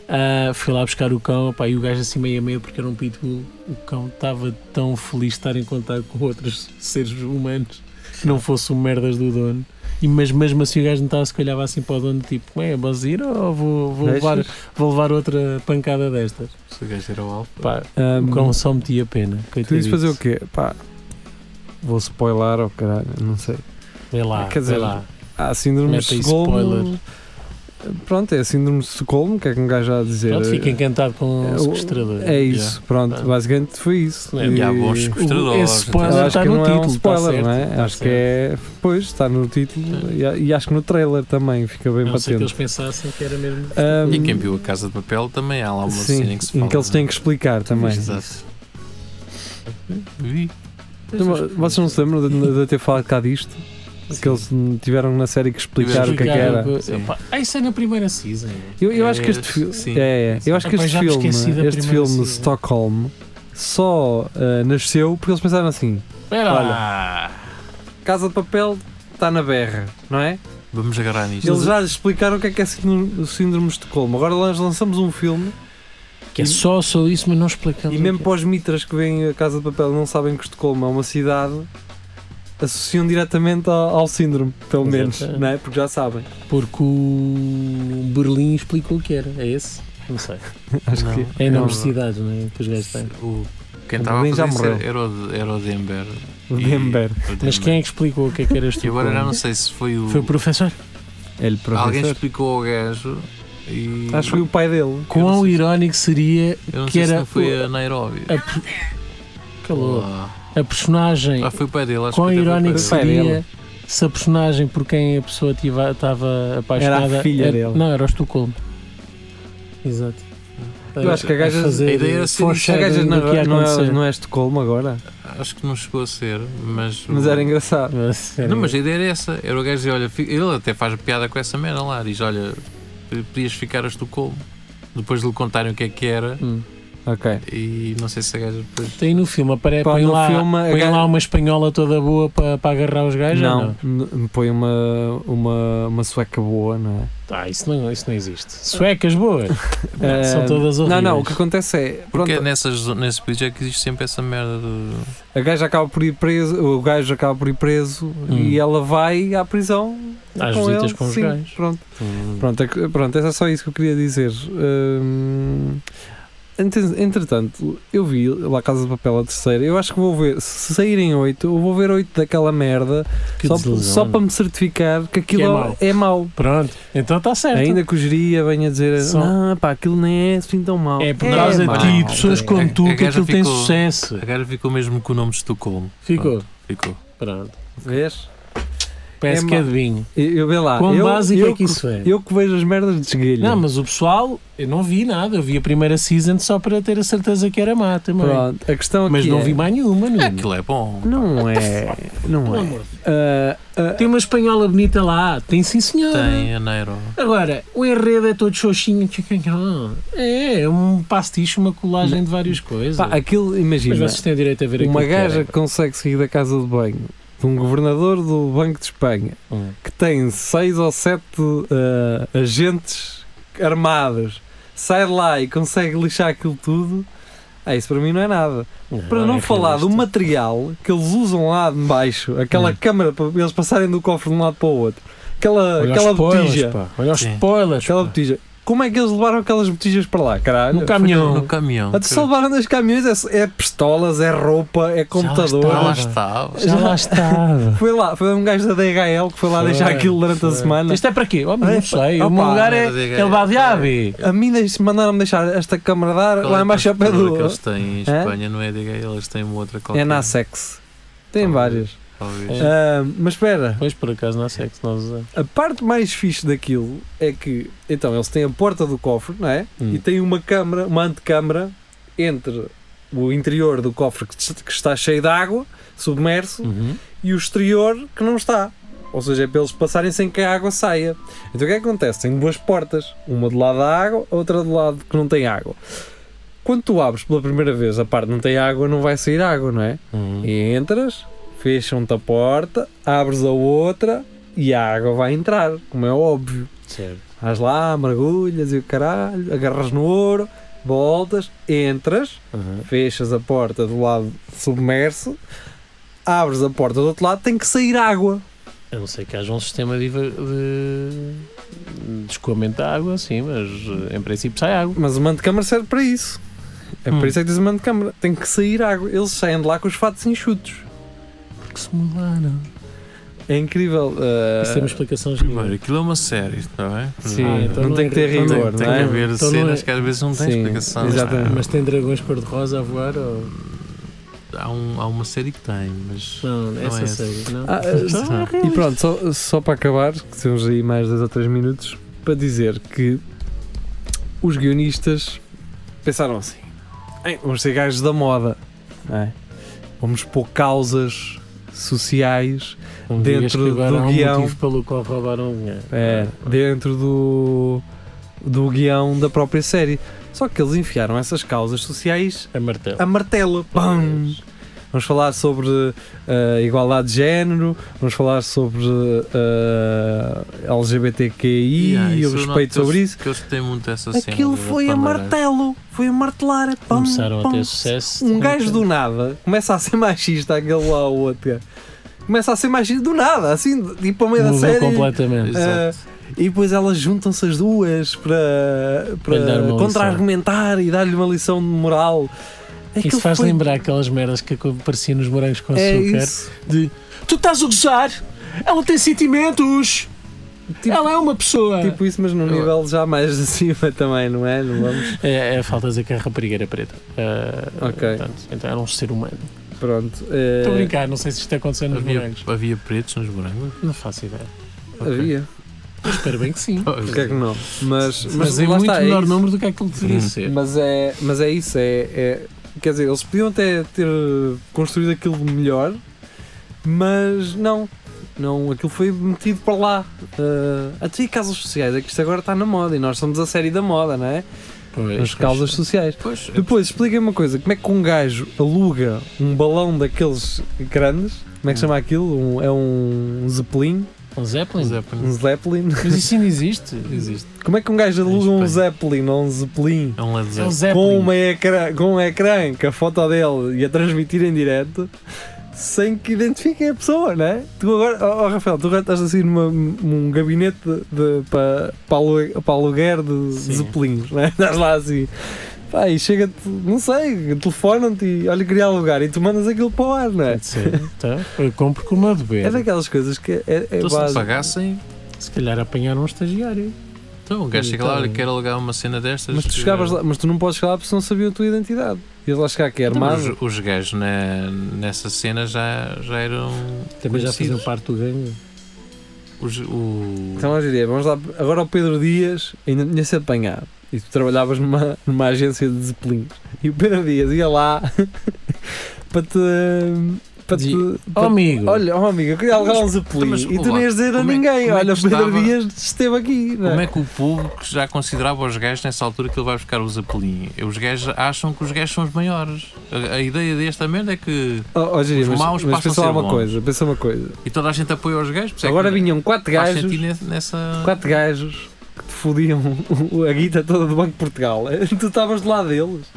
Speaker 4: ah, foi lá buscar o cão opa, e o gajo assim meio a meio, porque era um pitbull. O cão estava tão feliz de estar em contato com outros seres humanos que não fossem merdas do dono. E, mas mesmo assim o gajo não estava se calhava assim para o dono, tipo, "Ué, vamos ir ou vou, vou levar,
Speaker 2: deixas?
Speaker 4: vou levar outra pancada destas?
Speaker 3: Se o gajo era o alfa.
Speaker 4: Pá,
Speaker 2: Ah,
Speaker 4: o cão só metia pena.
Speaker 2: Tu
Speaker 4: coitadito.
Speaker 2: dizes fazer o quê? Pá, vou spoiler ao caralho, não sei.
Speaker 4: Vê lá,
Speaker 2: Quer dizer, um-
Speaker 4: vê lá.
Speaker 2: Há Ah, síndrome de
Speaker 4: Mete aí
Speaker 2: Estocolmo.
Speaker 4: spoiler.
Speaker 2: Pronto, é síndrome de Estocolmo, o que é que um gajo há a dizer?
Speaker 4: Pronto, fico encantado com
Speaker 2: É,
Speaker 4: o
Speaker 2: o-
Speaker 4: sequestrador.
Speaker 2: É isso, pronto,
Speaker 4: Pronto.
Speaker 2: basicamente foi isso.
Speaker 4: É,
Speaker 3: E há bons
Speaker 2: Eu
Speaker 3: sequestradores.
Speaker 4: esse spoiler- Mas
Speaker 3: então.
Speaker 2: acho
Speaker 4: está
Speaker 2: que
Speaker 4: Tá no
Speaker 2: não é um
Speaker 4: título, está
Speaker 2: spoiler,
Speaker 4: certo,
Speaker 2: não é?
Speaker 4: está
Speaker 2: acho que é. Pois, está no título e, a- e acho que no trailer também fica bem
Speaker 4: A não ser que eles
Speaker 2: patente.
Speaker 4: pensassem que era mesmo.
Speaker 2: Ahm,
Speaker 3: E quem viu a Casa de Papel também há lá uma cena
Speaker 2: Sim,
Speaker 3: em que se fala. é?
Speaker 2: em que eles têm que explicar também.
Speaker 3: Exato. Vi.
Speaker 2: Então, Vocês não se lembram de, de ter falado cá disto? Que eles tiveram na série que explicar o que é que era.
Speaker 3: Sim.
Speaker 4: Pá, Ah, isso é na primeira season.
Speaker 2: Eu, eu acho que
Speaker 3: É,
Speaker 2: este, fi-
Speaker 3: sim.
Speaker 2: é, é. eu acho que
Speaker 4: Epá,
Speaker 2: este
Speaker 4: já me
Speaker 2: filme,
Speaker 4: esqueci da
Speaker 2: este
Speaker 4: primeira
Speaker 2: filme
Speaker 4: season.
Speaker 2: Stockholm só ah, nasceu porque eles pensaram assim:
Speaker 4: Espera lá.
Speaker 2: Casa de Papel está na berra, não é?
Speaker 3: Vamos agarrar nisto.
Speaker 2: Eles já explicaram o que é que é síndrome, o síndrome de Estocolmo. Agora nós lançamos um filme
Speaker 4: Que é só, só isso, mas não explicando.
Speaker 2: e mesmo para os mitras que veem a Casa de Papel e não sabem que Estocolmo é uma cidade, associam diretamente ao, ao síndrome, pelo menos,
Speaker 4: Exatamente.
Speaker 2: não é? Porque já sabem.
Speaker 4: Porque o Berlim explicou o que era. É esse? Não sei.
Speaker 3: Não.
Speaker 2: Acho que
Speaker 4: É a
Speaker 2: Não,
Speaker 4: número de cidades, não é? Que os gajos têm.
Speaker 3: O, quem
Speaker 2: O
Speaker 3: estava a
Speaker 2: Berlim já
Speaker 3: fazer isso
Speaker 2: morreu.
Speaker 3: era o, era o Denver.
Speaker 2: o
Speaker 3: E-
Speaker 2: Denver.
Speaker 3: o
Speaker 4: Mas
Speaker 3: Denver.
Speaker 4: quem é que explicou o que é que era este?
Speaker 3: E agora já não sei se foi o.
Speaker 4: Foi o professor.
Speaker 2: Ele
Speaker 3: Alguém explicou ao gajo e.
Speaker 2: Acho que foi o pai dele.
Speaker 4: Quão irónico seria
Speaker 3: Eu não
Speaker 4: que
Speaker 3: sei se
Speaker 4: era
Speaker 3: não foi
Speaker 4: o-
Speaker 3: a Nairobi.
Speaker 4: a. per- Calou.
Speaker 3: Ah,
Speaker 4: A personagem.
Speaker 2: Ah,
Speaker 3: foi o pai dele. Acho
Speaker 4: Quão
Speaker 3: que até foi o
Speaker 4: irónico
Speaker 3: pai dele.
Speaker 2: Pai
Speaker 4: seria
Speaker 2: dela.
Speaker 4: se a personagem por quem a pessoa tiva- estava apaixonada
Speaker 2: Era a filha
Speaker 4: era-
Speaker 2: dele.
Speaker 4: Não, era o Estocolmo. Exato.
Speaker 2: Eu acho que a gaja-
Speaker 4: fazer
Speaker 3: a ideia era ser
Speaker 2: A
Speaker 3: Sabe
Speaker 2: gaja
Speaker 4: foreshadowing
Speaker 2: não,
Speaker 4: do que ia
Speaker 2: não, é,
Speaker 4: acontecer.
Speaker 2: não é Estocolmo agora,
Speaker 3: Acho que não chegou a ser, mas.
Speaker 2: mas
Speaker 3: o-
Speaker 2: era engraçado.
Speaker 4: Mas eh, era-
Speaker 3: Não, mas a ideia era essa. Era o gajo dizer, olha, fi- ele até faz piada com essa merda lá. Diz, olha, podias ficar a Estocolmo. Depois de lhe contarem o que é que era.
Speaker 4: Hum.
Speaker 2: Ok.
Speaker 3: E não sei se a gaja depois.
Speaker 4: Tem no filme, apare...
Speaker 2: Pá,
Speaker 4: É, põe,
Speaker 2: no
Speaker 4: lá,
Speaker 2: filme, a
Speaker 4: põe
Speaker 2: gaja-
Speaker 4: lá um uma espanhola toda boa para, para agarrar os gajos? ou
Speaker 2: Não, n- põe uma, uma, uma sueca boa, não é?
Speaker 4: Ah, isso não, isso não existe. Suecas boas.
Speaker 2: Ah,
Speaker 4: São todas
Speaker 2: Não,
Speaker 4: horríveis.
Speaker 2: não, o que acontece é. Pronto,
Speaker 3: Porque é nessas, nesse país é que existe sempre essa merda do.
Speaker 2: a gaja acaba por ir preso, o gajo acaba por ir preso e ela vai à prisão.
Speaker 4: Hum. Às
Speaker 2: com
Speaker 4: visitas
Speaker 2: ele.
Speaker 4: com os
Speaker 2: Sim,
Speaker 4: gajos.
Speaker 2: Pronto, pronto, é, que- pronto, é só isso que eu queria dizer. Hum, ente- entretanto, eu vi lá Casa de Papel a terceira. Eu acho que vou ver, se saírem oito, eu vou ver oito daquela merda
Speaker 4: Que
Speaker 2: só,
Speaker 4: desilusão.
Speaker 2: só para me certificar que aquilo
Speaker 4: Que é mau.
Speaker 2: é mau.
Speaker 4: Pronto, então está certo.
Speaker 2: Ainda que o geria venha dizer
Speaker 4: Só-
Speaker 2: não, pá, aquilo nem é assim tão mal.
Speaker 4: É por causa
Speaker 3: mau.
Speaker 4: de ti,
Speaker 3: Não,
Speaker 4: pessoas
Speaker 3: é-
Speaker 4: como tu,
Speaker 3: é
Speaker 4: que
Speaker 3: gaja
Speaker 4: aquilo tem
Speaker 3: ficou-
Speaker 4: sucesso.
Speaker 3: A gaja ficou mesmo com o nome de Estocolmo.
Speaker 4: Ficou.
Speaker 3: Ficou.
Speaker 4: Pronto.
Speaker 2: Vês?
Speaker 4: Parece
Speaker 2: É
Speaker 4: que
Speaker 2: mau.
Speaker 4: adivinho.
Speaker 2: Eu, eu vê lá.
Speaker 4: Quão
Speaker 2: eu,
Speaker 4: básico
Speaker 2: eu,
Speaker 4: é que isso é?
Speaker 2: Eu que vejo as merdas de esguelho.
Speaker 4: Não, mas o pessoal, eu não vi nada. Eu vi a primeira season só para ter a certeza que era má também.
Speaker 2: Pronto, a questão aqui
Speaker 4: é. Mas não
Speaker 2: é,
Speaker 4: vi mais nenhuma, não.
Speaker 3: Aquilo é bom.
Speaker 2: Não é. Não é. Ah, ah,
Speaker 4: Tem uma espanhola bonita lá, tem sim senhor.
Speaker 3: Tem a Nairobi.
Speaker 4: Agora, o enredo é todo xoxinho. tchacanhã. É, é um pastiche, uma colagem de várias coisas.
Speaker 2: pá, aquilo,
Speaker 4: é. Mas
Speaker 2: imagina,
Speaker 4: vocês têm direito a ver aquilo
Speaker 2: uma
Speaker 4: que
Speaker 2: gaja
Speaker 4: querem.
Speaker 2: que consegue sair da casa de banho de um governador do Banco de Espanha
Speaker 4: Hum.
Speaker 2: que tem seis ou sete ah, agentes armados, sai de lá e consegue lixar aquilo tudo. Ah, isso para mim não é nada. Para não
Speaker 4: é
Speaker 2: falar do
Speaker 4: realista.
Speaker 2: material que eles usam lá de baixo, aquela
Speaker 4: Hum.
Speaker 2: câmara para eles passarem do cofre de um lado para o outro, aquela,
Speaker 4: Olha
Speaker 2: aquela
Speaker 4: os spoilers,
Speaker 2: botija,
Speaker 4: pá. Olha os
Speaker 3: Sim.
Speaker 4: spoilers.
Speaker 2: aquela
Speaker 4: pá.
Speaker 2: botija. Como é que eles levaram aquelas botijas para lá, caralho?
Speaker 4: No caminhão.
Speaker 3: No caminhão.
Speaker 2: Até se levaram das caminhões, é, é pistolas, é roupa, é
Speaker 3: Ah, lá
Speaker 2: computador.
Speaker 4: estava.
Speaker 3: estava.
Speaker 4: Já lá estava.
Speaker 2: Foi lá, foi um gajo da DHL que foi lá
Speaker 4: Foi,
Speaker 2: deixar aquilo durante a
Speaker 4: foi.
Speaker 2: semana.
Speaker 4: Isto é para quê? Oh, mas
Speaker 2: É,
Speaker 4: não
Speaker 2: pá.
Speaker 4: sei. o
Speaker 2: Opa,
Speaker 4: meu lugar é.
Speaker 3: merda, diga,
Speaker 4: Ele vai de
Speaker 3: é.
Speaker 4: ave.
Speaker 2: A mim deixe- mandaram-me deixar esta câmara de ar
Speaker 3: Qual
Speaker 2: lá
Speaker 3: é
Speaker 2: embaixo
Speaker 3: a
Speaker 2: ao pé
Speaker 3: calculadora
Speaker 2: do.
Speaker 3: que eles têm em
Speaker 2: Hã?
Speaker 3: Espanha, não é DHL, eles têm uma outra qualquer.
Speaker 2: É na Sex. Tem
Speaker 3: Talvez.
Speaker 2: várias.
Speaker 4: É.
Speaker 3: Talvez.
Speaker 2: Ah, mas espera,
Speaker 4: Pois por acaso não há sexo, nós usamos.
Speaker 2: A parte mais fixe daquilo é que, então, eles têm a porta do cofre, não é?
Speaker 4: Hum.
Speaker 2: E têm uma câmara, uma antecâmara entre o interior do cofre que, est- que está cheio de água, submerso, e o exterior que não está. Ou seja, é para eles passarem sem que a água saia. Então o que é que acontece? Tem duas portas, uma do lado da água, outra do lado que não tem água. Quando tu abres pela primeira vez a parte que não tem água, não vai sair água, não é? E entras, fecham-te a porta, abres a outra e a água vai entrar, como é óbvio.
Speaker 4: Certo.
Speaker 2: Vais lá, mergulhas e o caralho, agarras no ouro, voltas, entras, fechas a porta do lado submerso, abres a porta do outro lado, tem que sair água.
Speaker 4: A não ser que haja um sistema de, eva- de, de escoamento da água, sim, mas eh, em princípio sai água.
Speaker 2: Mas o manto de câmara serve para isso. É
Speaker 4: Hum.
Speaker 2: por isso é que diz o manto de câmara. Tem que sair água. Eles saem de lá com os fatos enxutos.
Speaker 4: Porque se mudaram.
Speaker 2: É incrível. eh,
Speaker 4: Isso tem uma explicação
Speaker 3: Primeiro,
Speaker 4: genial.
Speaker 3: aquilo é uma série, está bem?
Speaker 2: Sim,
Speaker 4: Ah, então
Speaker 2: não
Speaker 4: não
Speaker 2: tem
Speaker 4: é
Speaker 2: que ter
Speaker 4: grande.
Speaker 3: Tem,
Speaker 2: rigor,
Speaker 3: tem
Speaker 2: não
Speaker 3: que
Speaker 2: é?
Speaker 3: haver
Speaker 4: Então não é-
Speaker 3: cenas que às vezes não têm
Speaker 2: Sim,
Speaker 3: explicação.
Speaker 2: exatamente.
Speaker 4: Mas tem dragões cor-de-rosa a voar ou.
Speaker 3: Há, um- há uma série que tem, mas.
Speaker 4: Não,
Speaker 3: Não
Speaker 4: essa
Speaker 3: é essa.
Speaker 4: série, não?
Speaker 2: Ah, eh, e pronto, só, só para acabar, que temos aí mais 2 ou 3 minutos, para dizer que os guionistas pensaram assim: "Ei, vamos ser gajos da moda, não é? vamos pôr causas sociais
Speaker 4: Não digas
Speaker 2: dentro
Speaker 4: que agora
Speaker 2: do
Speaker 4: há um
Speaker 2: guião.
Speaker 4: motivo pelo qual roubaram o dinheiro.
Speaker 2: é, dentro do, do guião da própria série. Só que eles enfiaram essas causas sociais
Speaker 4: A É martelo.
Speaker 2: a martelo. Pam! Vamos falar sobre eh, igualdade de género, vamos falar sobre eh, LGBTQI,
Speaker 3: Yeah,
Speaker 2: e
Speaker 3: isso
Speaker 2: o respeito
Speaker 3: noto
Speaker 2: sobre
Speaker 3: que
Speaker 2: isso.
Speaker 3: eles- Que eles têm muito essa cena.
Speaker 2: Aquilo
Speaker 3: de
Speaker 2: foi a
Speaker 3: pandeirar.
Speaker 2: martelo, foi a martelar. Pam,
Speaker 4: Começaram a
Speaker 2: pam.
Speaker 4: ter sucesso. né?
Speaker 2: Um gajo do nada começa a ser machista, aquele lá, o outro. cara. Começa a ser machista do nada, assim, e para o meio da
Speaker 4: Mudou
Speaker 2: série.
Speaker 4: completamente.
Speaker 3: Exato.
Speaker 2: E depois elas juntam-se as duas para,
Speaker 4: lhe dar
Speaker 2: para
Speaker 4: uma
Speaker 2: contra-argumentar e dar-lhe uma lição de moral. Aquilo
Speaker 4: Isso faz
Speaker 2: foi-
Speaker 4: lembrar aquelas merdas que apareciam nos morangos com
Speaker 2: É
Speaker 4: açúcar.
Speaker 2: isso.
Speaker 4: de tu estás a gozar, ela tem sentimentos,
Speaker 2: Tipo-
Speaker 4: ela é uma pessoa.
Speaker 2: Tipo isso, mas num nível já mais acima também, não é? Não vamos.
Speaker 4: É, é falta de dizer que a rapariga era preta. Ah,
Speaker 2: Ok.
Speaker 4: portanto, então era um ser humano.
Speaker 2: Pronto.
Speaker 4: Estou a
Speaker 2: eh,
Speaker 4: brincar, não sei se isto aconteceu nos
Speaker 3: Havia,
Speaker 4: morangos.
Speaker 3: havia pretos nos morangos?
Speaker 4: Não faço ideia.
Speaker 2: Havia.
Speaker 4: Eu Espero bem que sim.
Speaker 2: Porque é que não? Mas,
Speaker 4: Mas,
Speaker 2: mas,
Speaker 4: em
Speaker 2: lá
Speaker 4: muito
Speaker 2: está, é
Speaker 4: menor
Speaker 2: isso.
Speaker 4: número do que aquilo que deveria
Speaker 3: Hum.
Speaker 4: ser.
Speaker 2: Mas é, mas é isso. É, é- quer dizer, eles podiam até ter construído aquilo melhor, mas não. Não, aquilo foi metido para lá. Eh, até causas sociais, é que isto agora está na moda e nós somos a série da moda, não é?
Speaker 4: Pois,
Speaker 2: As causas sociais.
Speaker 3: Pois, é,
Speaker 2: Depois, explica-me uma coisa: como é que um gajo aluga um balão daqueles grandes? Como é que chama aquilo? Um- é um Zeppelin?
Speaker 4: Um Zeppelin?
Speaker 3: Mas é por-
Speaker 2: Um Zeppelin?
Speaker 4: Mas isso ainda existe?
Speaker 3: Existe.
Speaker 2: Como é que um gajo aluga
Speaker 3: Em
Speaker 2: um
Speaker 3: Espanha.
Speaker 2: Zeppelin ou um Zeppelin
Speaker 3: É um Led
Speaker 4: É um
Speaker 3: Zeppelin.
Speaker 4: Zeppelin.
Speaker 2: com, uma ecrã, com um ecrã com a foto dele e a transmitir em direto sem que identifiquem a pessoa, não é? Tu agora, oh, oh, Rafael, tu agora estás assim numa- num gabinete de, de- para, para, alu- para aluguer de
Speaker 3: Sim.
Speaker 2: Zeppelins, não é? Estás lá assim. Pá, e chega-te, não sei, telefonam-te e olha, queria alugar e tu mandas aquilo para o ar, não é?
Speaker 4: Pode ser. Tá. Eu compro com uma de B.
Speaker 2: É daquelas coisas que é, é
Speaker 3: Então, se não
Speaker 2: base.
Speaker 3: pagassem,
Speaker 4: Se calhar apanharam um estagiário.
Speaker 3: então um gajo chega lá e
Speaker 4: Então-
Speaker 3: quer alugar uma cena destas.
Speaker 2: Mas tu, chegavas lá, mas tu não podes chegar lá porque não sabiam a tua identidade. Ias lá chegar que é
Speaker 3: Então,
Speaker 2: armado.
Speaker 3: Os, os gajos na- nessa cena já, já eram.
Speaker 4: Também já
Speaker 3: conhecidos.
Speaker 4: faziam parte do gangue.
Speaker 3: Os, o...
Speaker 2: Então, ó, Jiria, vamos lá. Agora o Pedro Dias ainda tinha sido apanhado. E tu trabalhavas numa, numa agência de Zeppelins. E o Pedro Dias ia lá para te. Para te
Speaker 4: Dizia,
Speaker 2: para-
Speaker 4: Oh, amigo.
Speaker 2: Olha, oh amigo, eu queria alugar um Zeppelin.
Speaker 3: mas,
Speaker 2: E tu
Speaker 3: olá,
Speaker 2: não ias dizer a
Speaker 3: como é-
Speaker 2: ninguém.
Speaker 3: como é que
Speaker 2: Olha, o Pedro
Speaker 3: estava-
Speaker 2: Dias esteve aqui. não é?
Speaker 3: Como é que o público já considerava os gajos nessa altura que ele vai buscar o Zeppelin? Os gajos acham que os gajos são os maiores. A, a ideia desta merda é que.
Speaker 2: Ó, ó, Jiria,
Speaker 3: Os
Speaker 2: Oh, mas,
Speaker 3: maus
Speaker 2: mas
Speaker 3: passam a
Speaker 2: pensa lá
Speaker 3: ser
Speaker 2: uma
Speaker 3: bons.
Speaker 2: coisa. Pensa uma coisa.
Speaker 3: E toda a gente apoia os gajos. por isso é
Speaker 2: Agora
Speaker 3: que
Speaker 2: vinham quatro
Speaker 3: Faz
Speaker 2: gajos.
Speaker 3: sentido é? ne- nessa.
Speaker 2: Quatro gajos que te fodiam a guita toda do Banco de Portugal. Tu estavas do lado deles.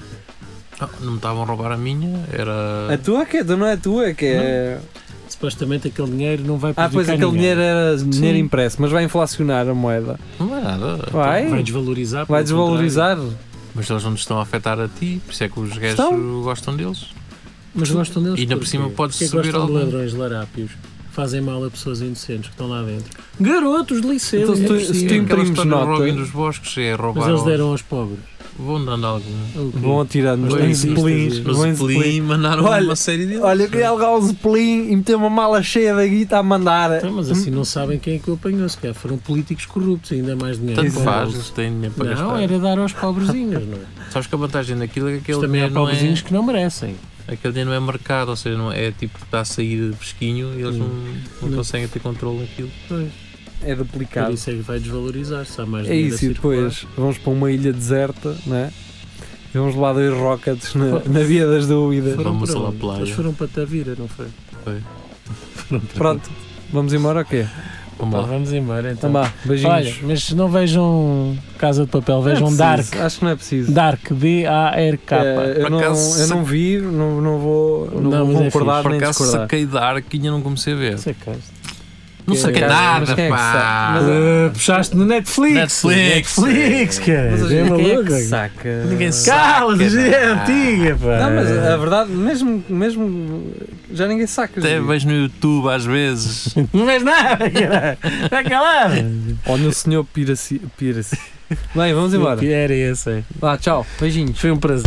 Speaker 3: Ah, Não, me estavam a roubar a minha,
Speaker 2: A
Speaker 3: era.
Speaker 2: tua que é, não é a tua que é.
Speaker 4: Supostamente aquele dinheiro não vai
Speaker 2: Ah,
Speaker 4: prejudicar
Speaker 2: pois aquele
Speaker 4: ninguém.
Speaker 2: dinheiro era dinheiro
Speaker 4: Sim.
Speaker 2: impresso, mas vai inflacionar a moeda.
Speaker 3: Não é nada.
Speaker 2: Vai,
Speaker 4: Vai
Speaker 2: vai,
Speaker 4: desvalorizar. pelo
Speaker 2: desvalorizar.
Speaker 3: Mas eles não te estão a afetar a ti, por isso é que os gajos
Speaker 2: Estão.
Speaker 3: gostam deles.
Speaker 4: contrário. Mas gostam deles.
Speaker 3: E ainda por
Speaker 4: porquê?
Speaker 3: cima pode
Speaker 4: Porque
Speaker 3: subir
Speaker 4: gostam de
Speaker 3: algum.
Speaker 4: ladrões, larápios. Fazem mal a pessoas inocentes que estão lá dentro. Garotos de liceu.
Speaker 2: Então, se
Speaker 4: é
Speaker 2: tu-
Speaker 4: possível.
Speaker 2: se tu
Speaker 3: É aquela
Speaker 2: imprimes
Speaker 3: história do
Speaker 2: nota.
Speaker 3: Robin dos Bosques é roubar.
Speaker 4: Mas eles
Speaker 3: aos-
Speaker 4: deram aos pobres. É
Speaker 3: Vão dando algum.
Speaker 4: O quê?
Speaker 2: Vão atirando-nos.
Speaker 3: Pois,
Speaker 2: Tem
Speaker 3: existe,
Speaker 2: zeppelins,
Speaker 4: existe.
Speaker 3: Mas
Speaker 2: vão em
Speaker 3: o Zeppelin
Speaker 2: zeppelin.
Speaker 3: mandaram
Speaker 2: Olha,
Speaker 3: uma série deles.
Speaker 2: Olha, eu queria alugar um zeppelin e meter uma mala cheia da guita a mandar.
Speaker 4: Então, mas assim não sabem quem é que o apanhou. Se calhar foram políticos corruptos, ainda mais dinheiro.
Speaker 3: Tanto
Speaker 4: Bom,
Speaker 3: faz, eles têm dinheiro para
Speaker 4: Não,
Speaker 3: gastar.
Speaker 4: era dar aos pobrezinhos, não é?
Speaker 3: Sabes que a vantagem daquilo é que
Speaker 4: Mas
Speaker 3: aquele
Speaker 4: também há
Speaker 3: dinheiro não é,
Speaker 4: pobrezinhos que não merecem.
Speaker 3: aquele dinheiro não é marcado, ou seja, não é tipo está a sair fresquinho e eles não, não
Speaker 4: Hum. Não.
Speaker 3: conseguem ter controle naquilo.
Speaker 2: É
Speaker 4: Por
Speaker 2: duplicado.
Speaker 4: isso é que vai desvalorizar. Se há mais
Speaker 2: É
Speaker 4: dinheiro a
Speaker 2: isso, e
Speaker 4: circular.
Speaker 2: depois vamos para uma ilha deserta, não é? E Vamos lá dois rockets na, na Via das Dúvidas.
Speaker 4: Foram
Speaker 3: Vamos
Speaker 4: para
Speaker 3: à
Speaker 4: onde?
Speaker 3: playa.
Speaker 4: Eles foram para Tavira, não foi?
Speaker 2: Pronto, vamos embora ou quê?
Speaker 3: Vamos
Speaker 4: Então
Speaker 3: lá.
Speaker 4: vamos embora
Speaker 3: Tá.
Speaker 4: então.
Speaker 2: Então vá,
Speaker 4: Olha,
Speaker 2: beijinhos.
Speaker 4: mas não vejam Casa de Papel,
Speaker 2: Não é
Speaker 4: vejam
Speaker 2: preciso,
Speaker 4: Dark.
Speaker 2: Acho que não é preciso.
Speaker 4: Dark, D-A-R-K.
Speaker 2: É, eu,
Speaker 3: Por
Speaker 2: não,
Speaker 3: acaso,
Speaker 2: eu
Speaker 3: se-
Speaker 2: não vi, não, não vou, não
Speaker 4: Não,
Speaker 2: vou
Speaker 4: mas é
Speaker 2: concordar
Speaker 3: Por
Speaker 2: nem
Speaker 3: acaso
Speaker 2: discordar.
Speaker 4: é
Speaker 3: saquei da arca e ainda não comecei a ver.
Speaker 4: Sacaste.
Speaker 3: Não sei
Speaker 2: Mas
Speaker 3: que
Speaker 2: quem
Speaker 3: nada,
Speaker 2: é que
Speaker 3: pá.
Speaker 2: sabe?
Speaker 4: Ah, puxaste no Netflix.
Speaker 3: Netflix.
Speaker 4: Netflix, cara.
Speaker 2: Mas hoje
Speaker 4: é
Speaker 2: em dia quem é
Speaker 4: maluco.
Speaker 2: que saca? É.
Speaker 3: Ninguém sabe.
Speaker 4: Cala-te,
Speaker 3: Saca,
Speaker 4: é
Speaker 3: não.
Speaker 4: antiga, pá.
Speaker 2: Não, mas ah, a verdade, mesmo, mesmo já ninguém saca.
Speaker 3: Até
Speaker 2: hoje em dia.
Speaker 3: vejo no YouTube às vezes.
Speaker 4: Não vês nada, cara. Está calado.
Speaker 2: Ou no senhor Piraci. Piraci. Bem, vamos embora.
Speaker 4: Era esse.
Speaker 2: Vá, tchau. Beijinhos.
Speaker 4: Foi um prazer.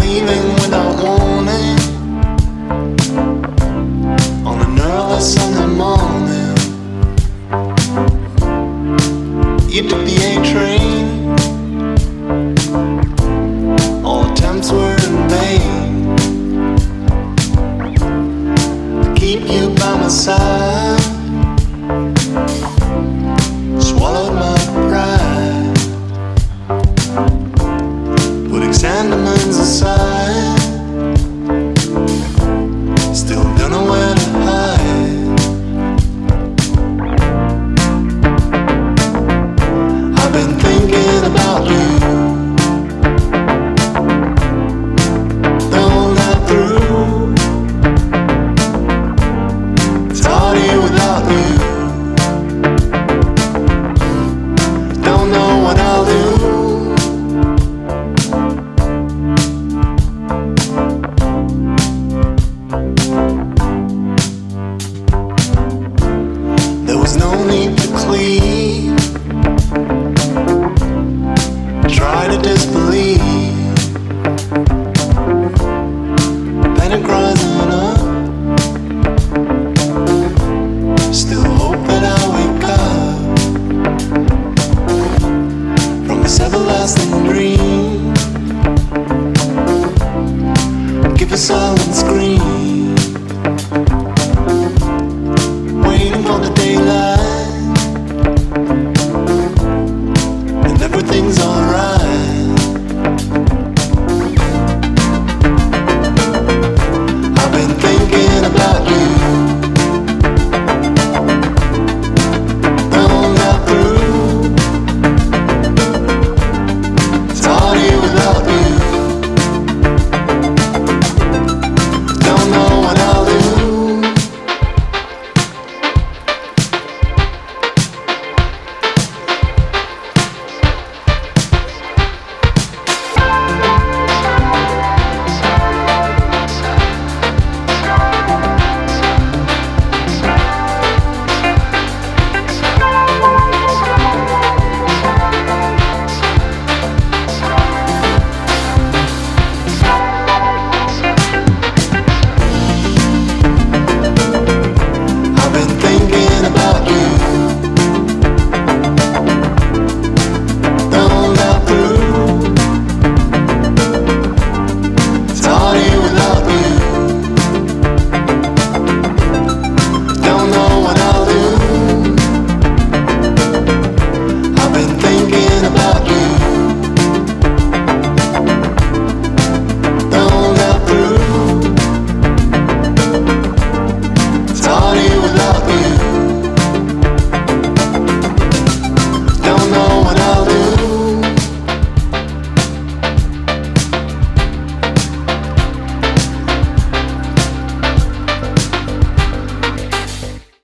Speaker 5: leaving without warning on a nervous Sunday morning. You took the A train. All attempts were in vain to keep you by my side. Swallowed my pride put examiners aside. Still don't know where to hide. I've been thinking about you. Though I'm not through. It's hard here without you. Don't know what I'll do. There was no need to clean. Try to disbelieve. Panic rising up. Still hope that I wake up from this everlasting dream. Give a silent scream.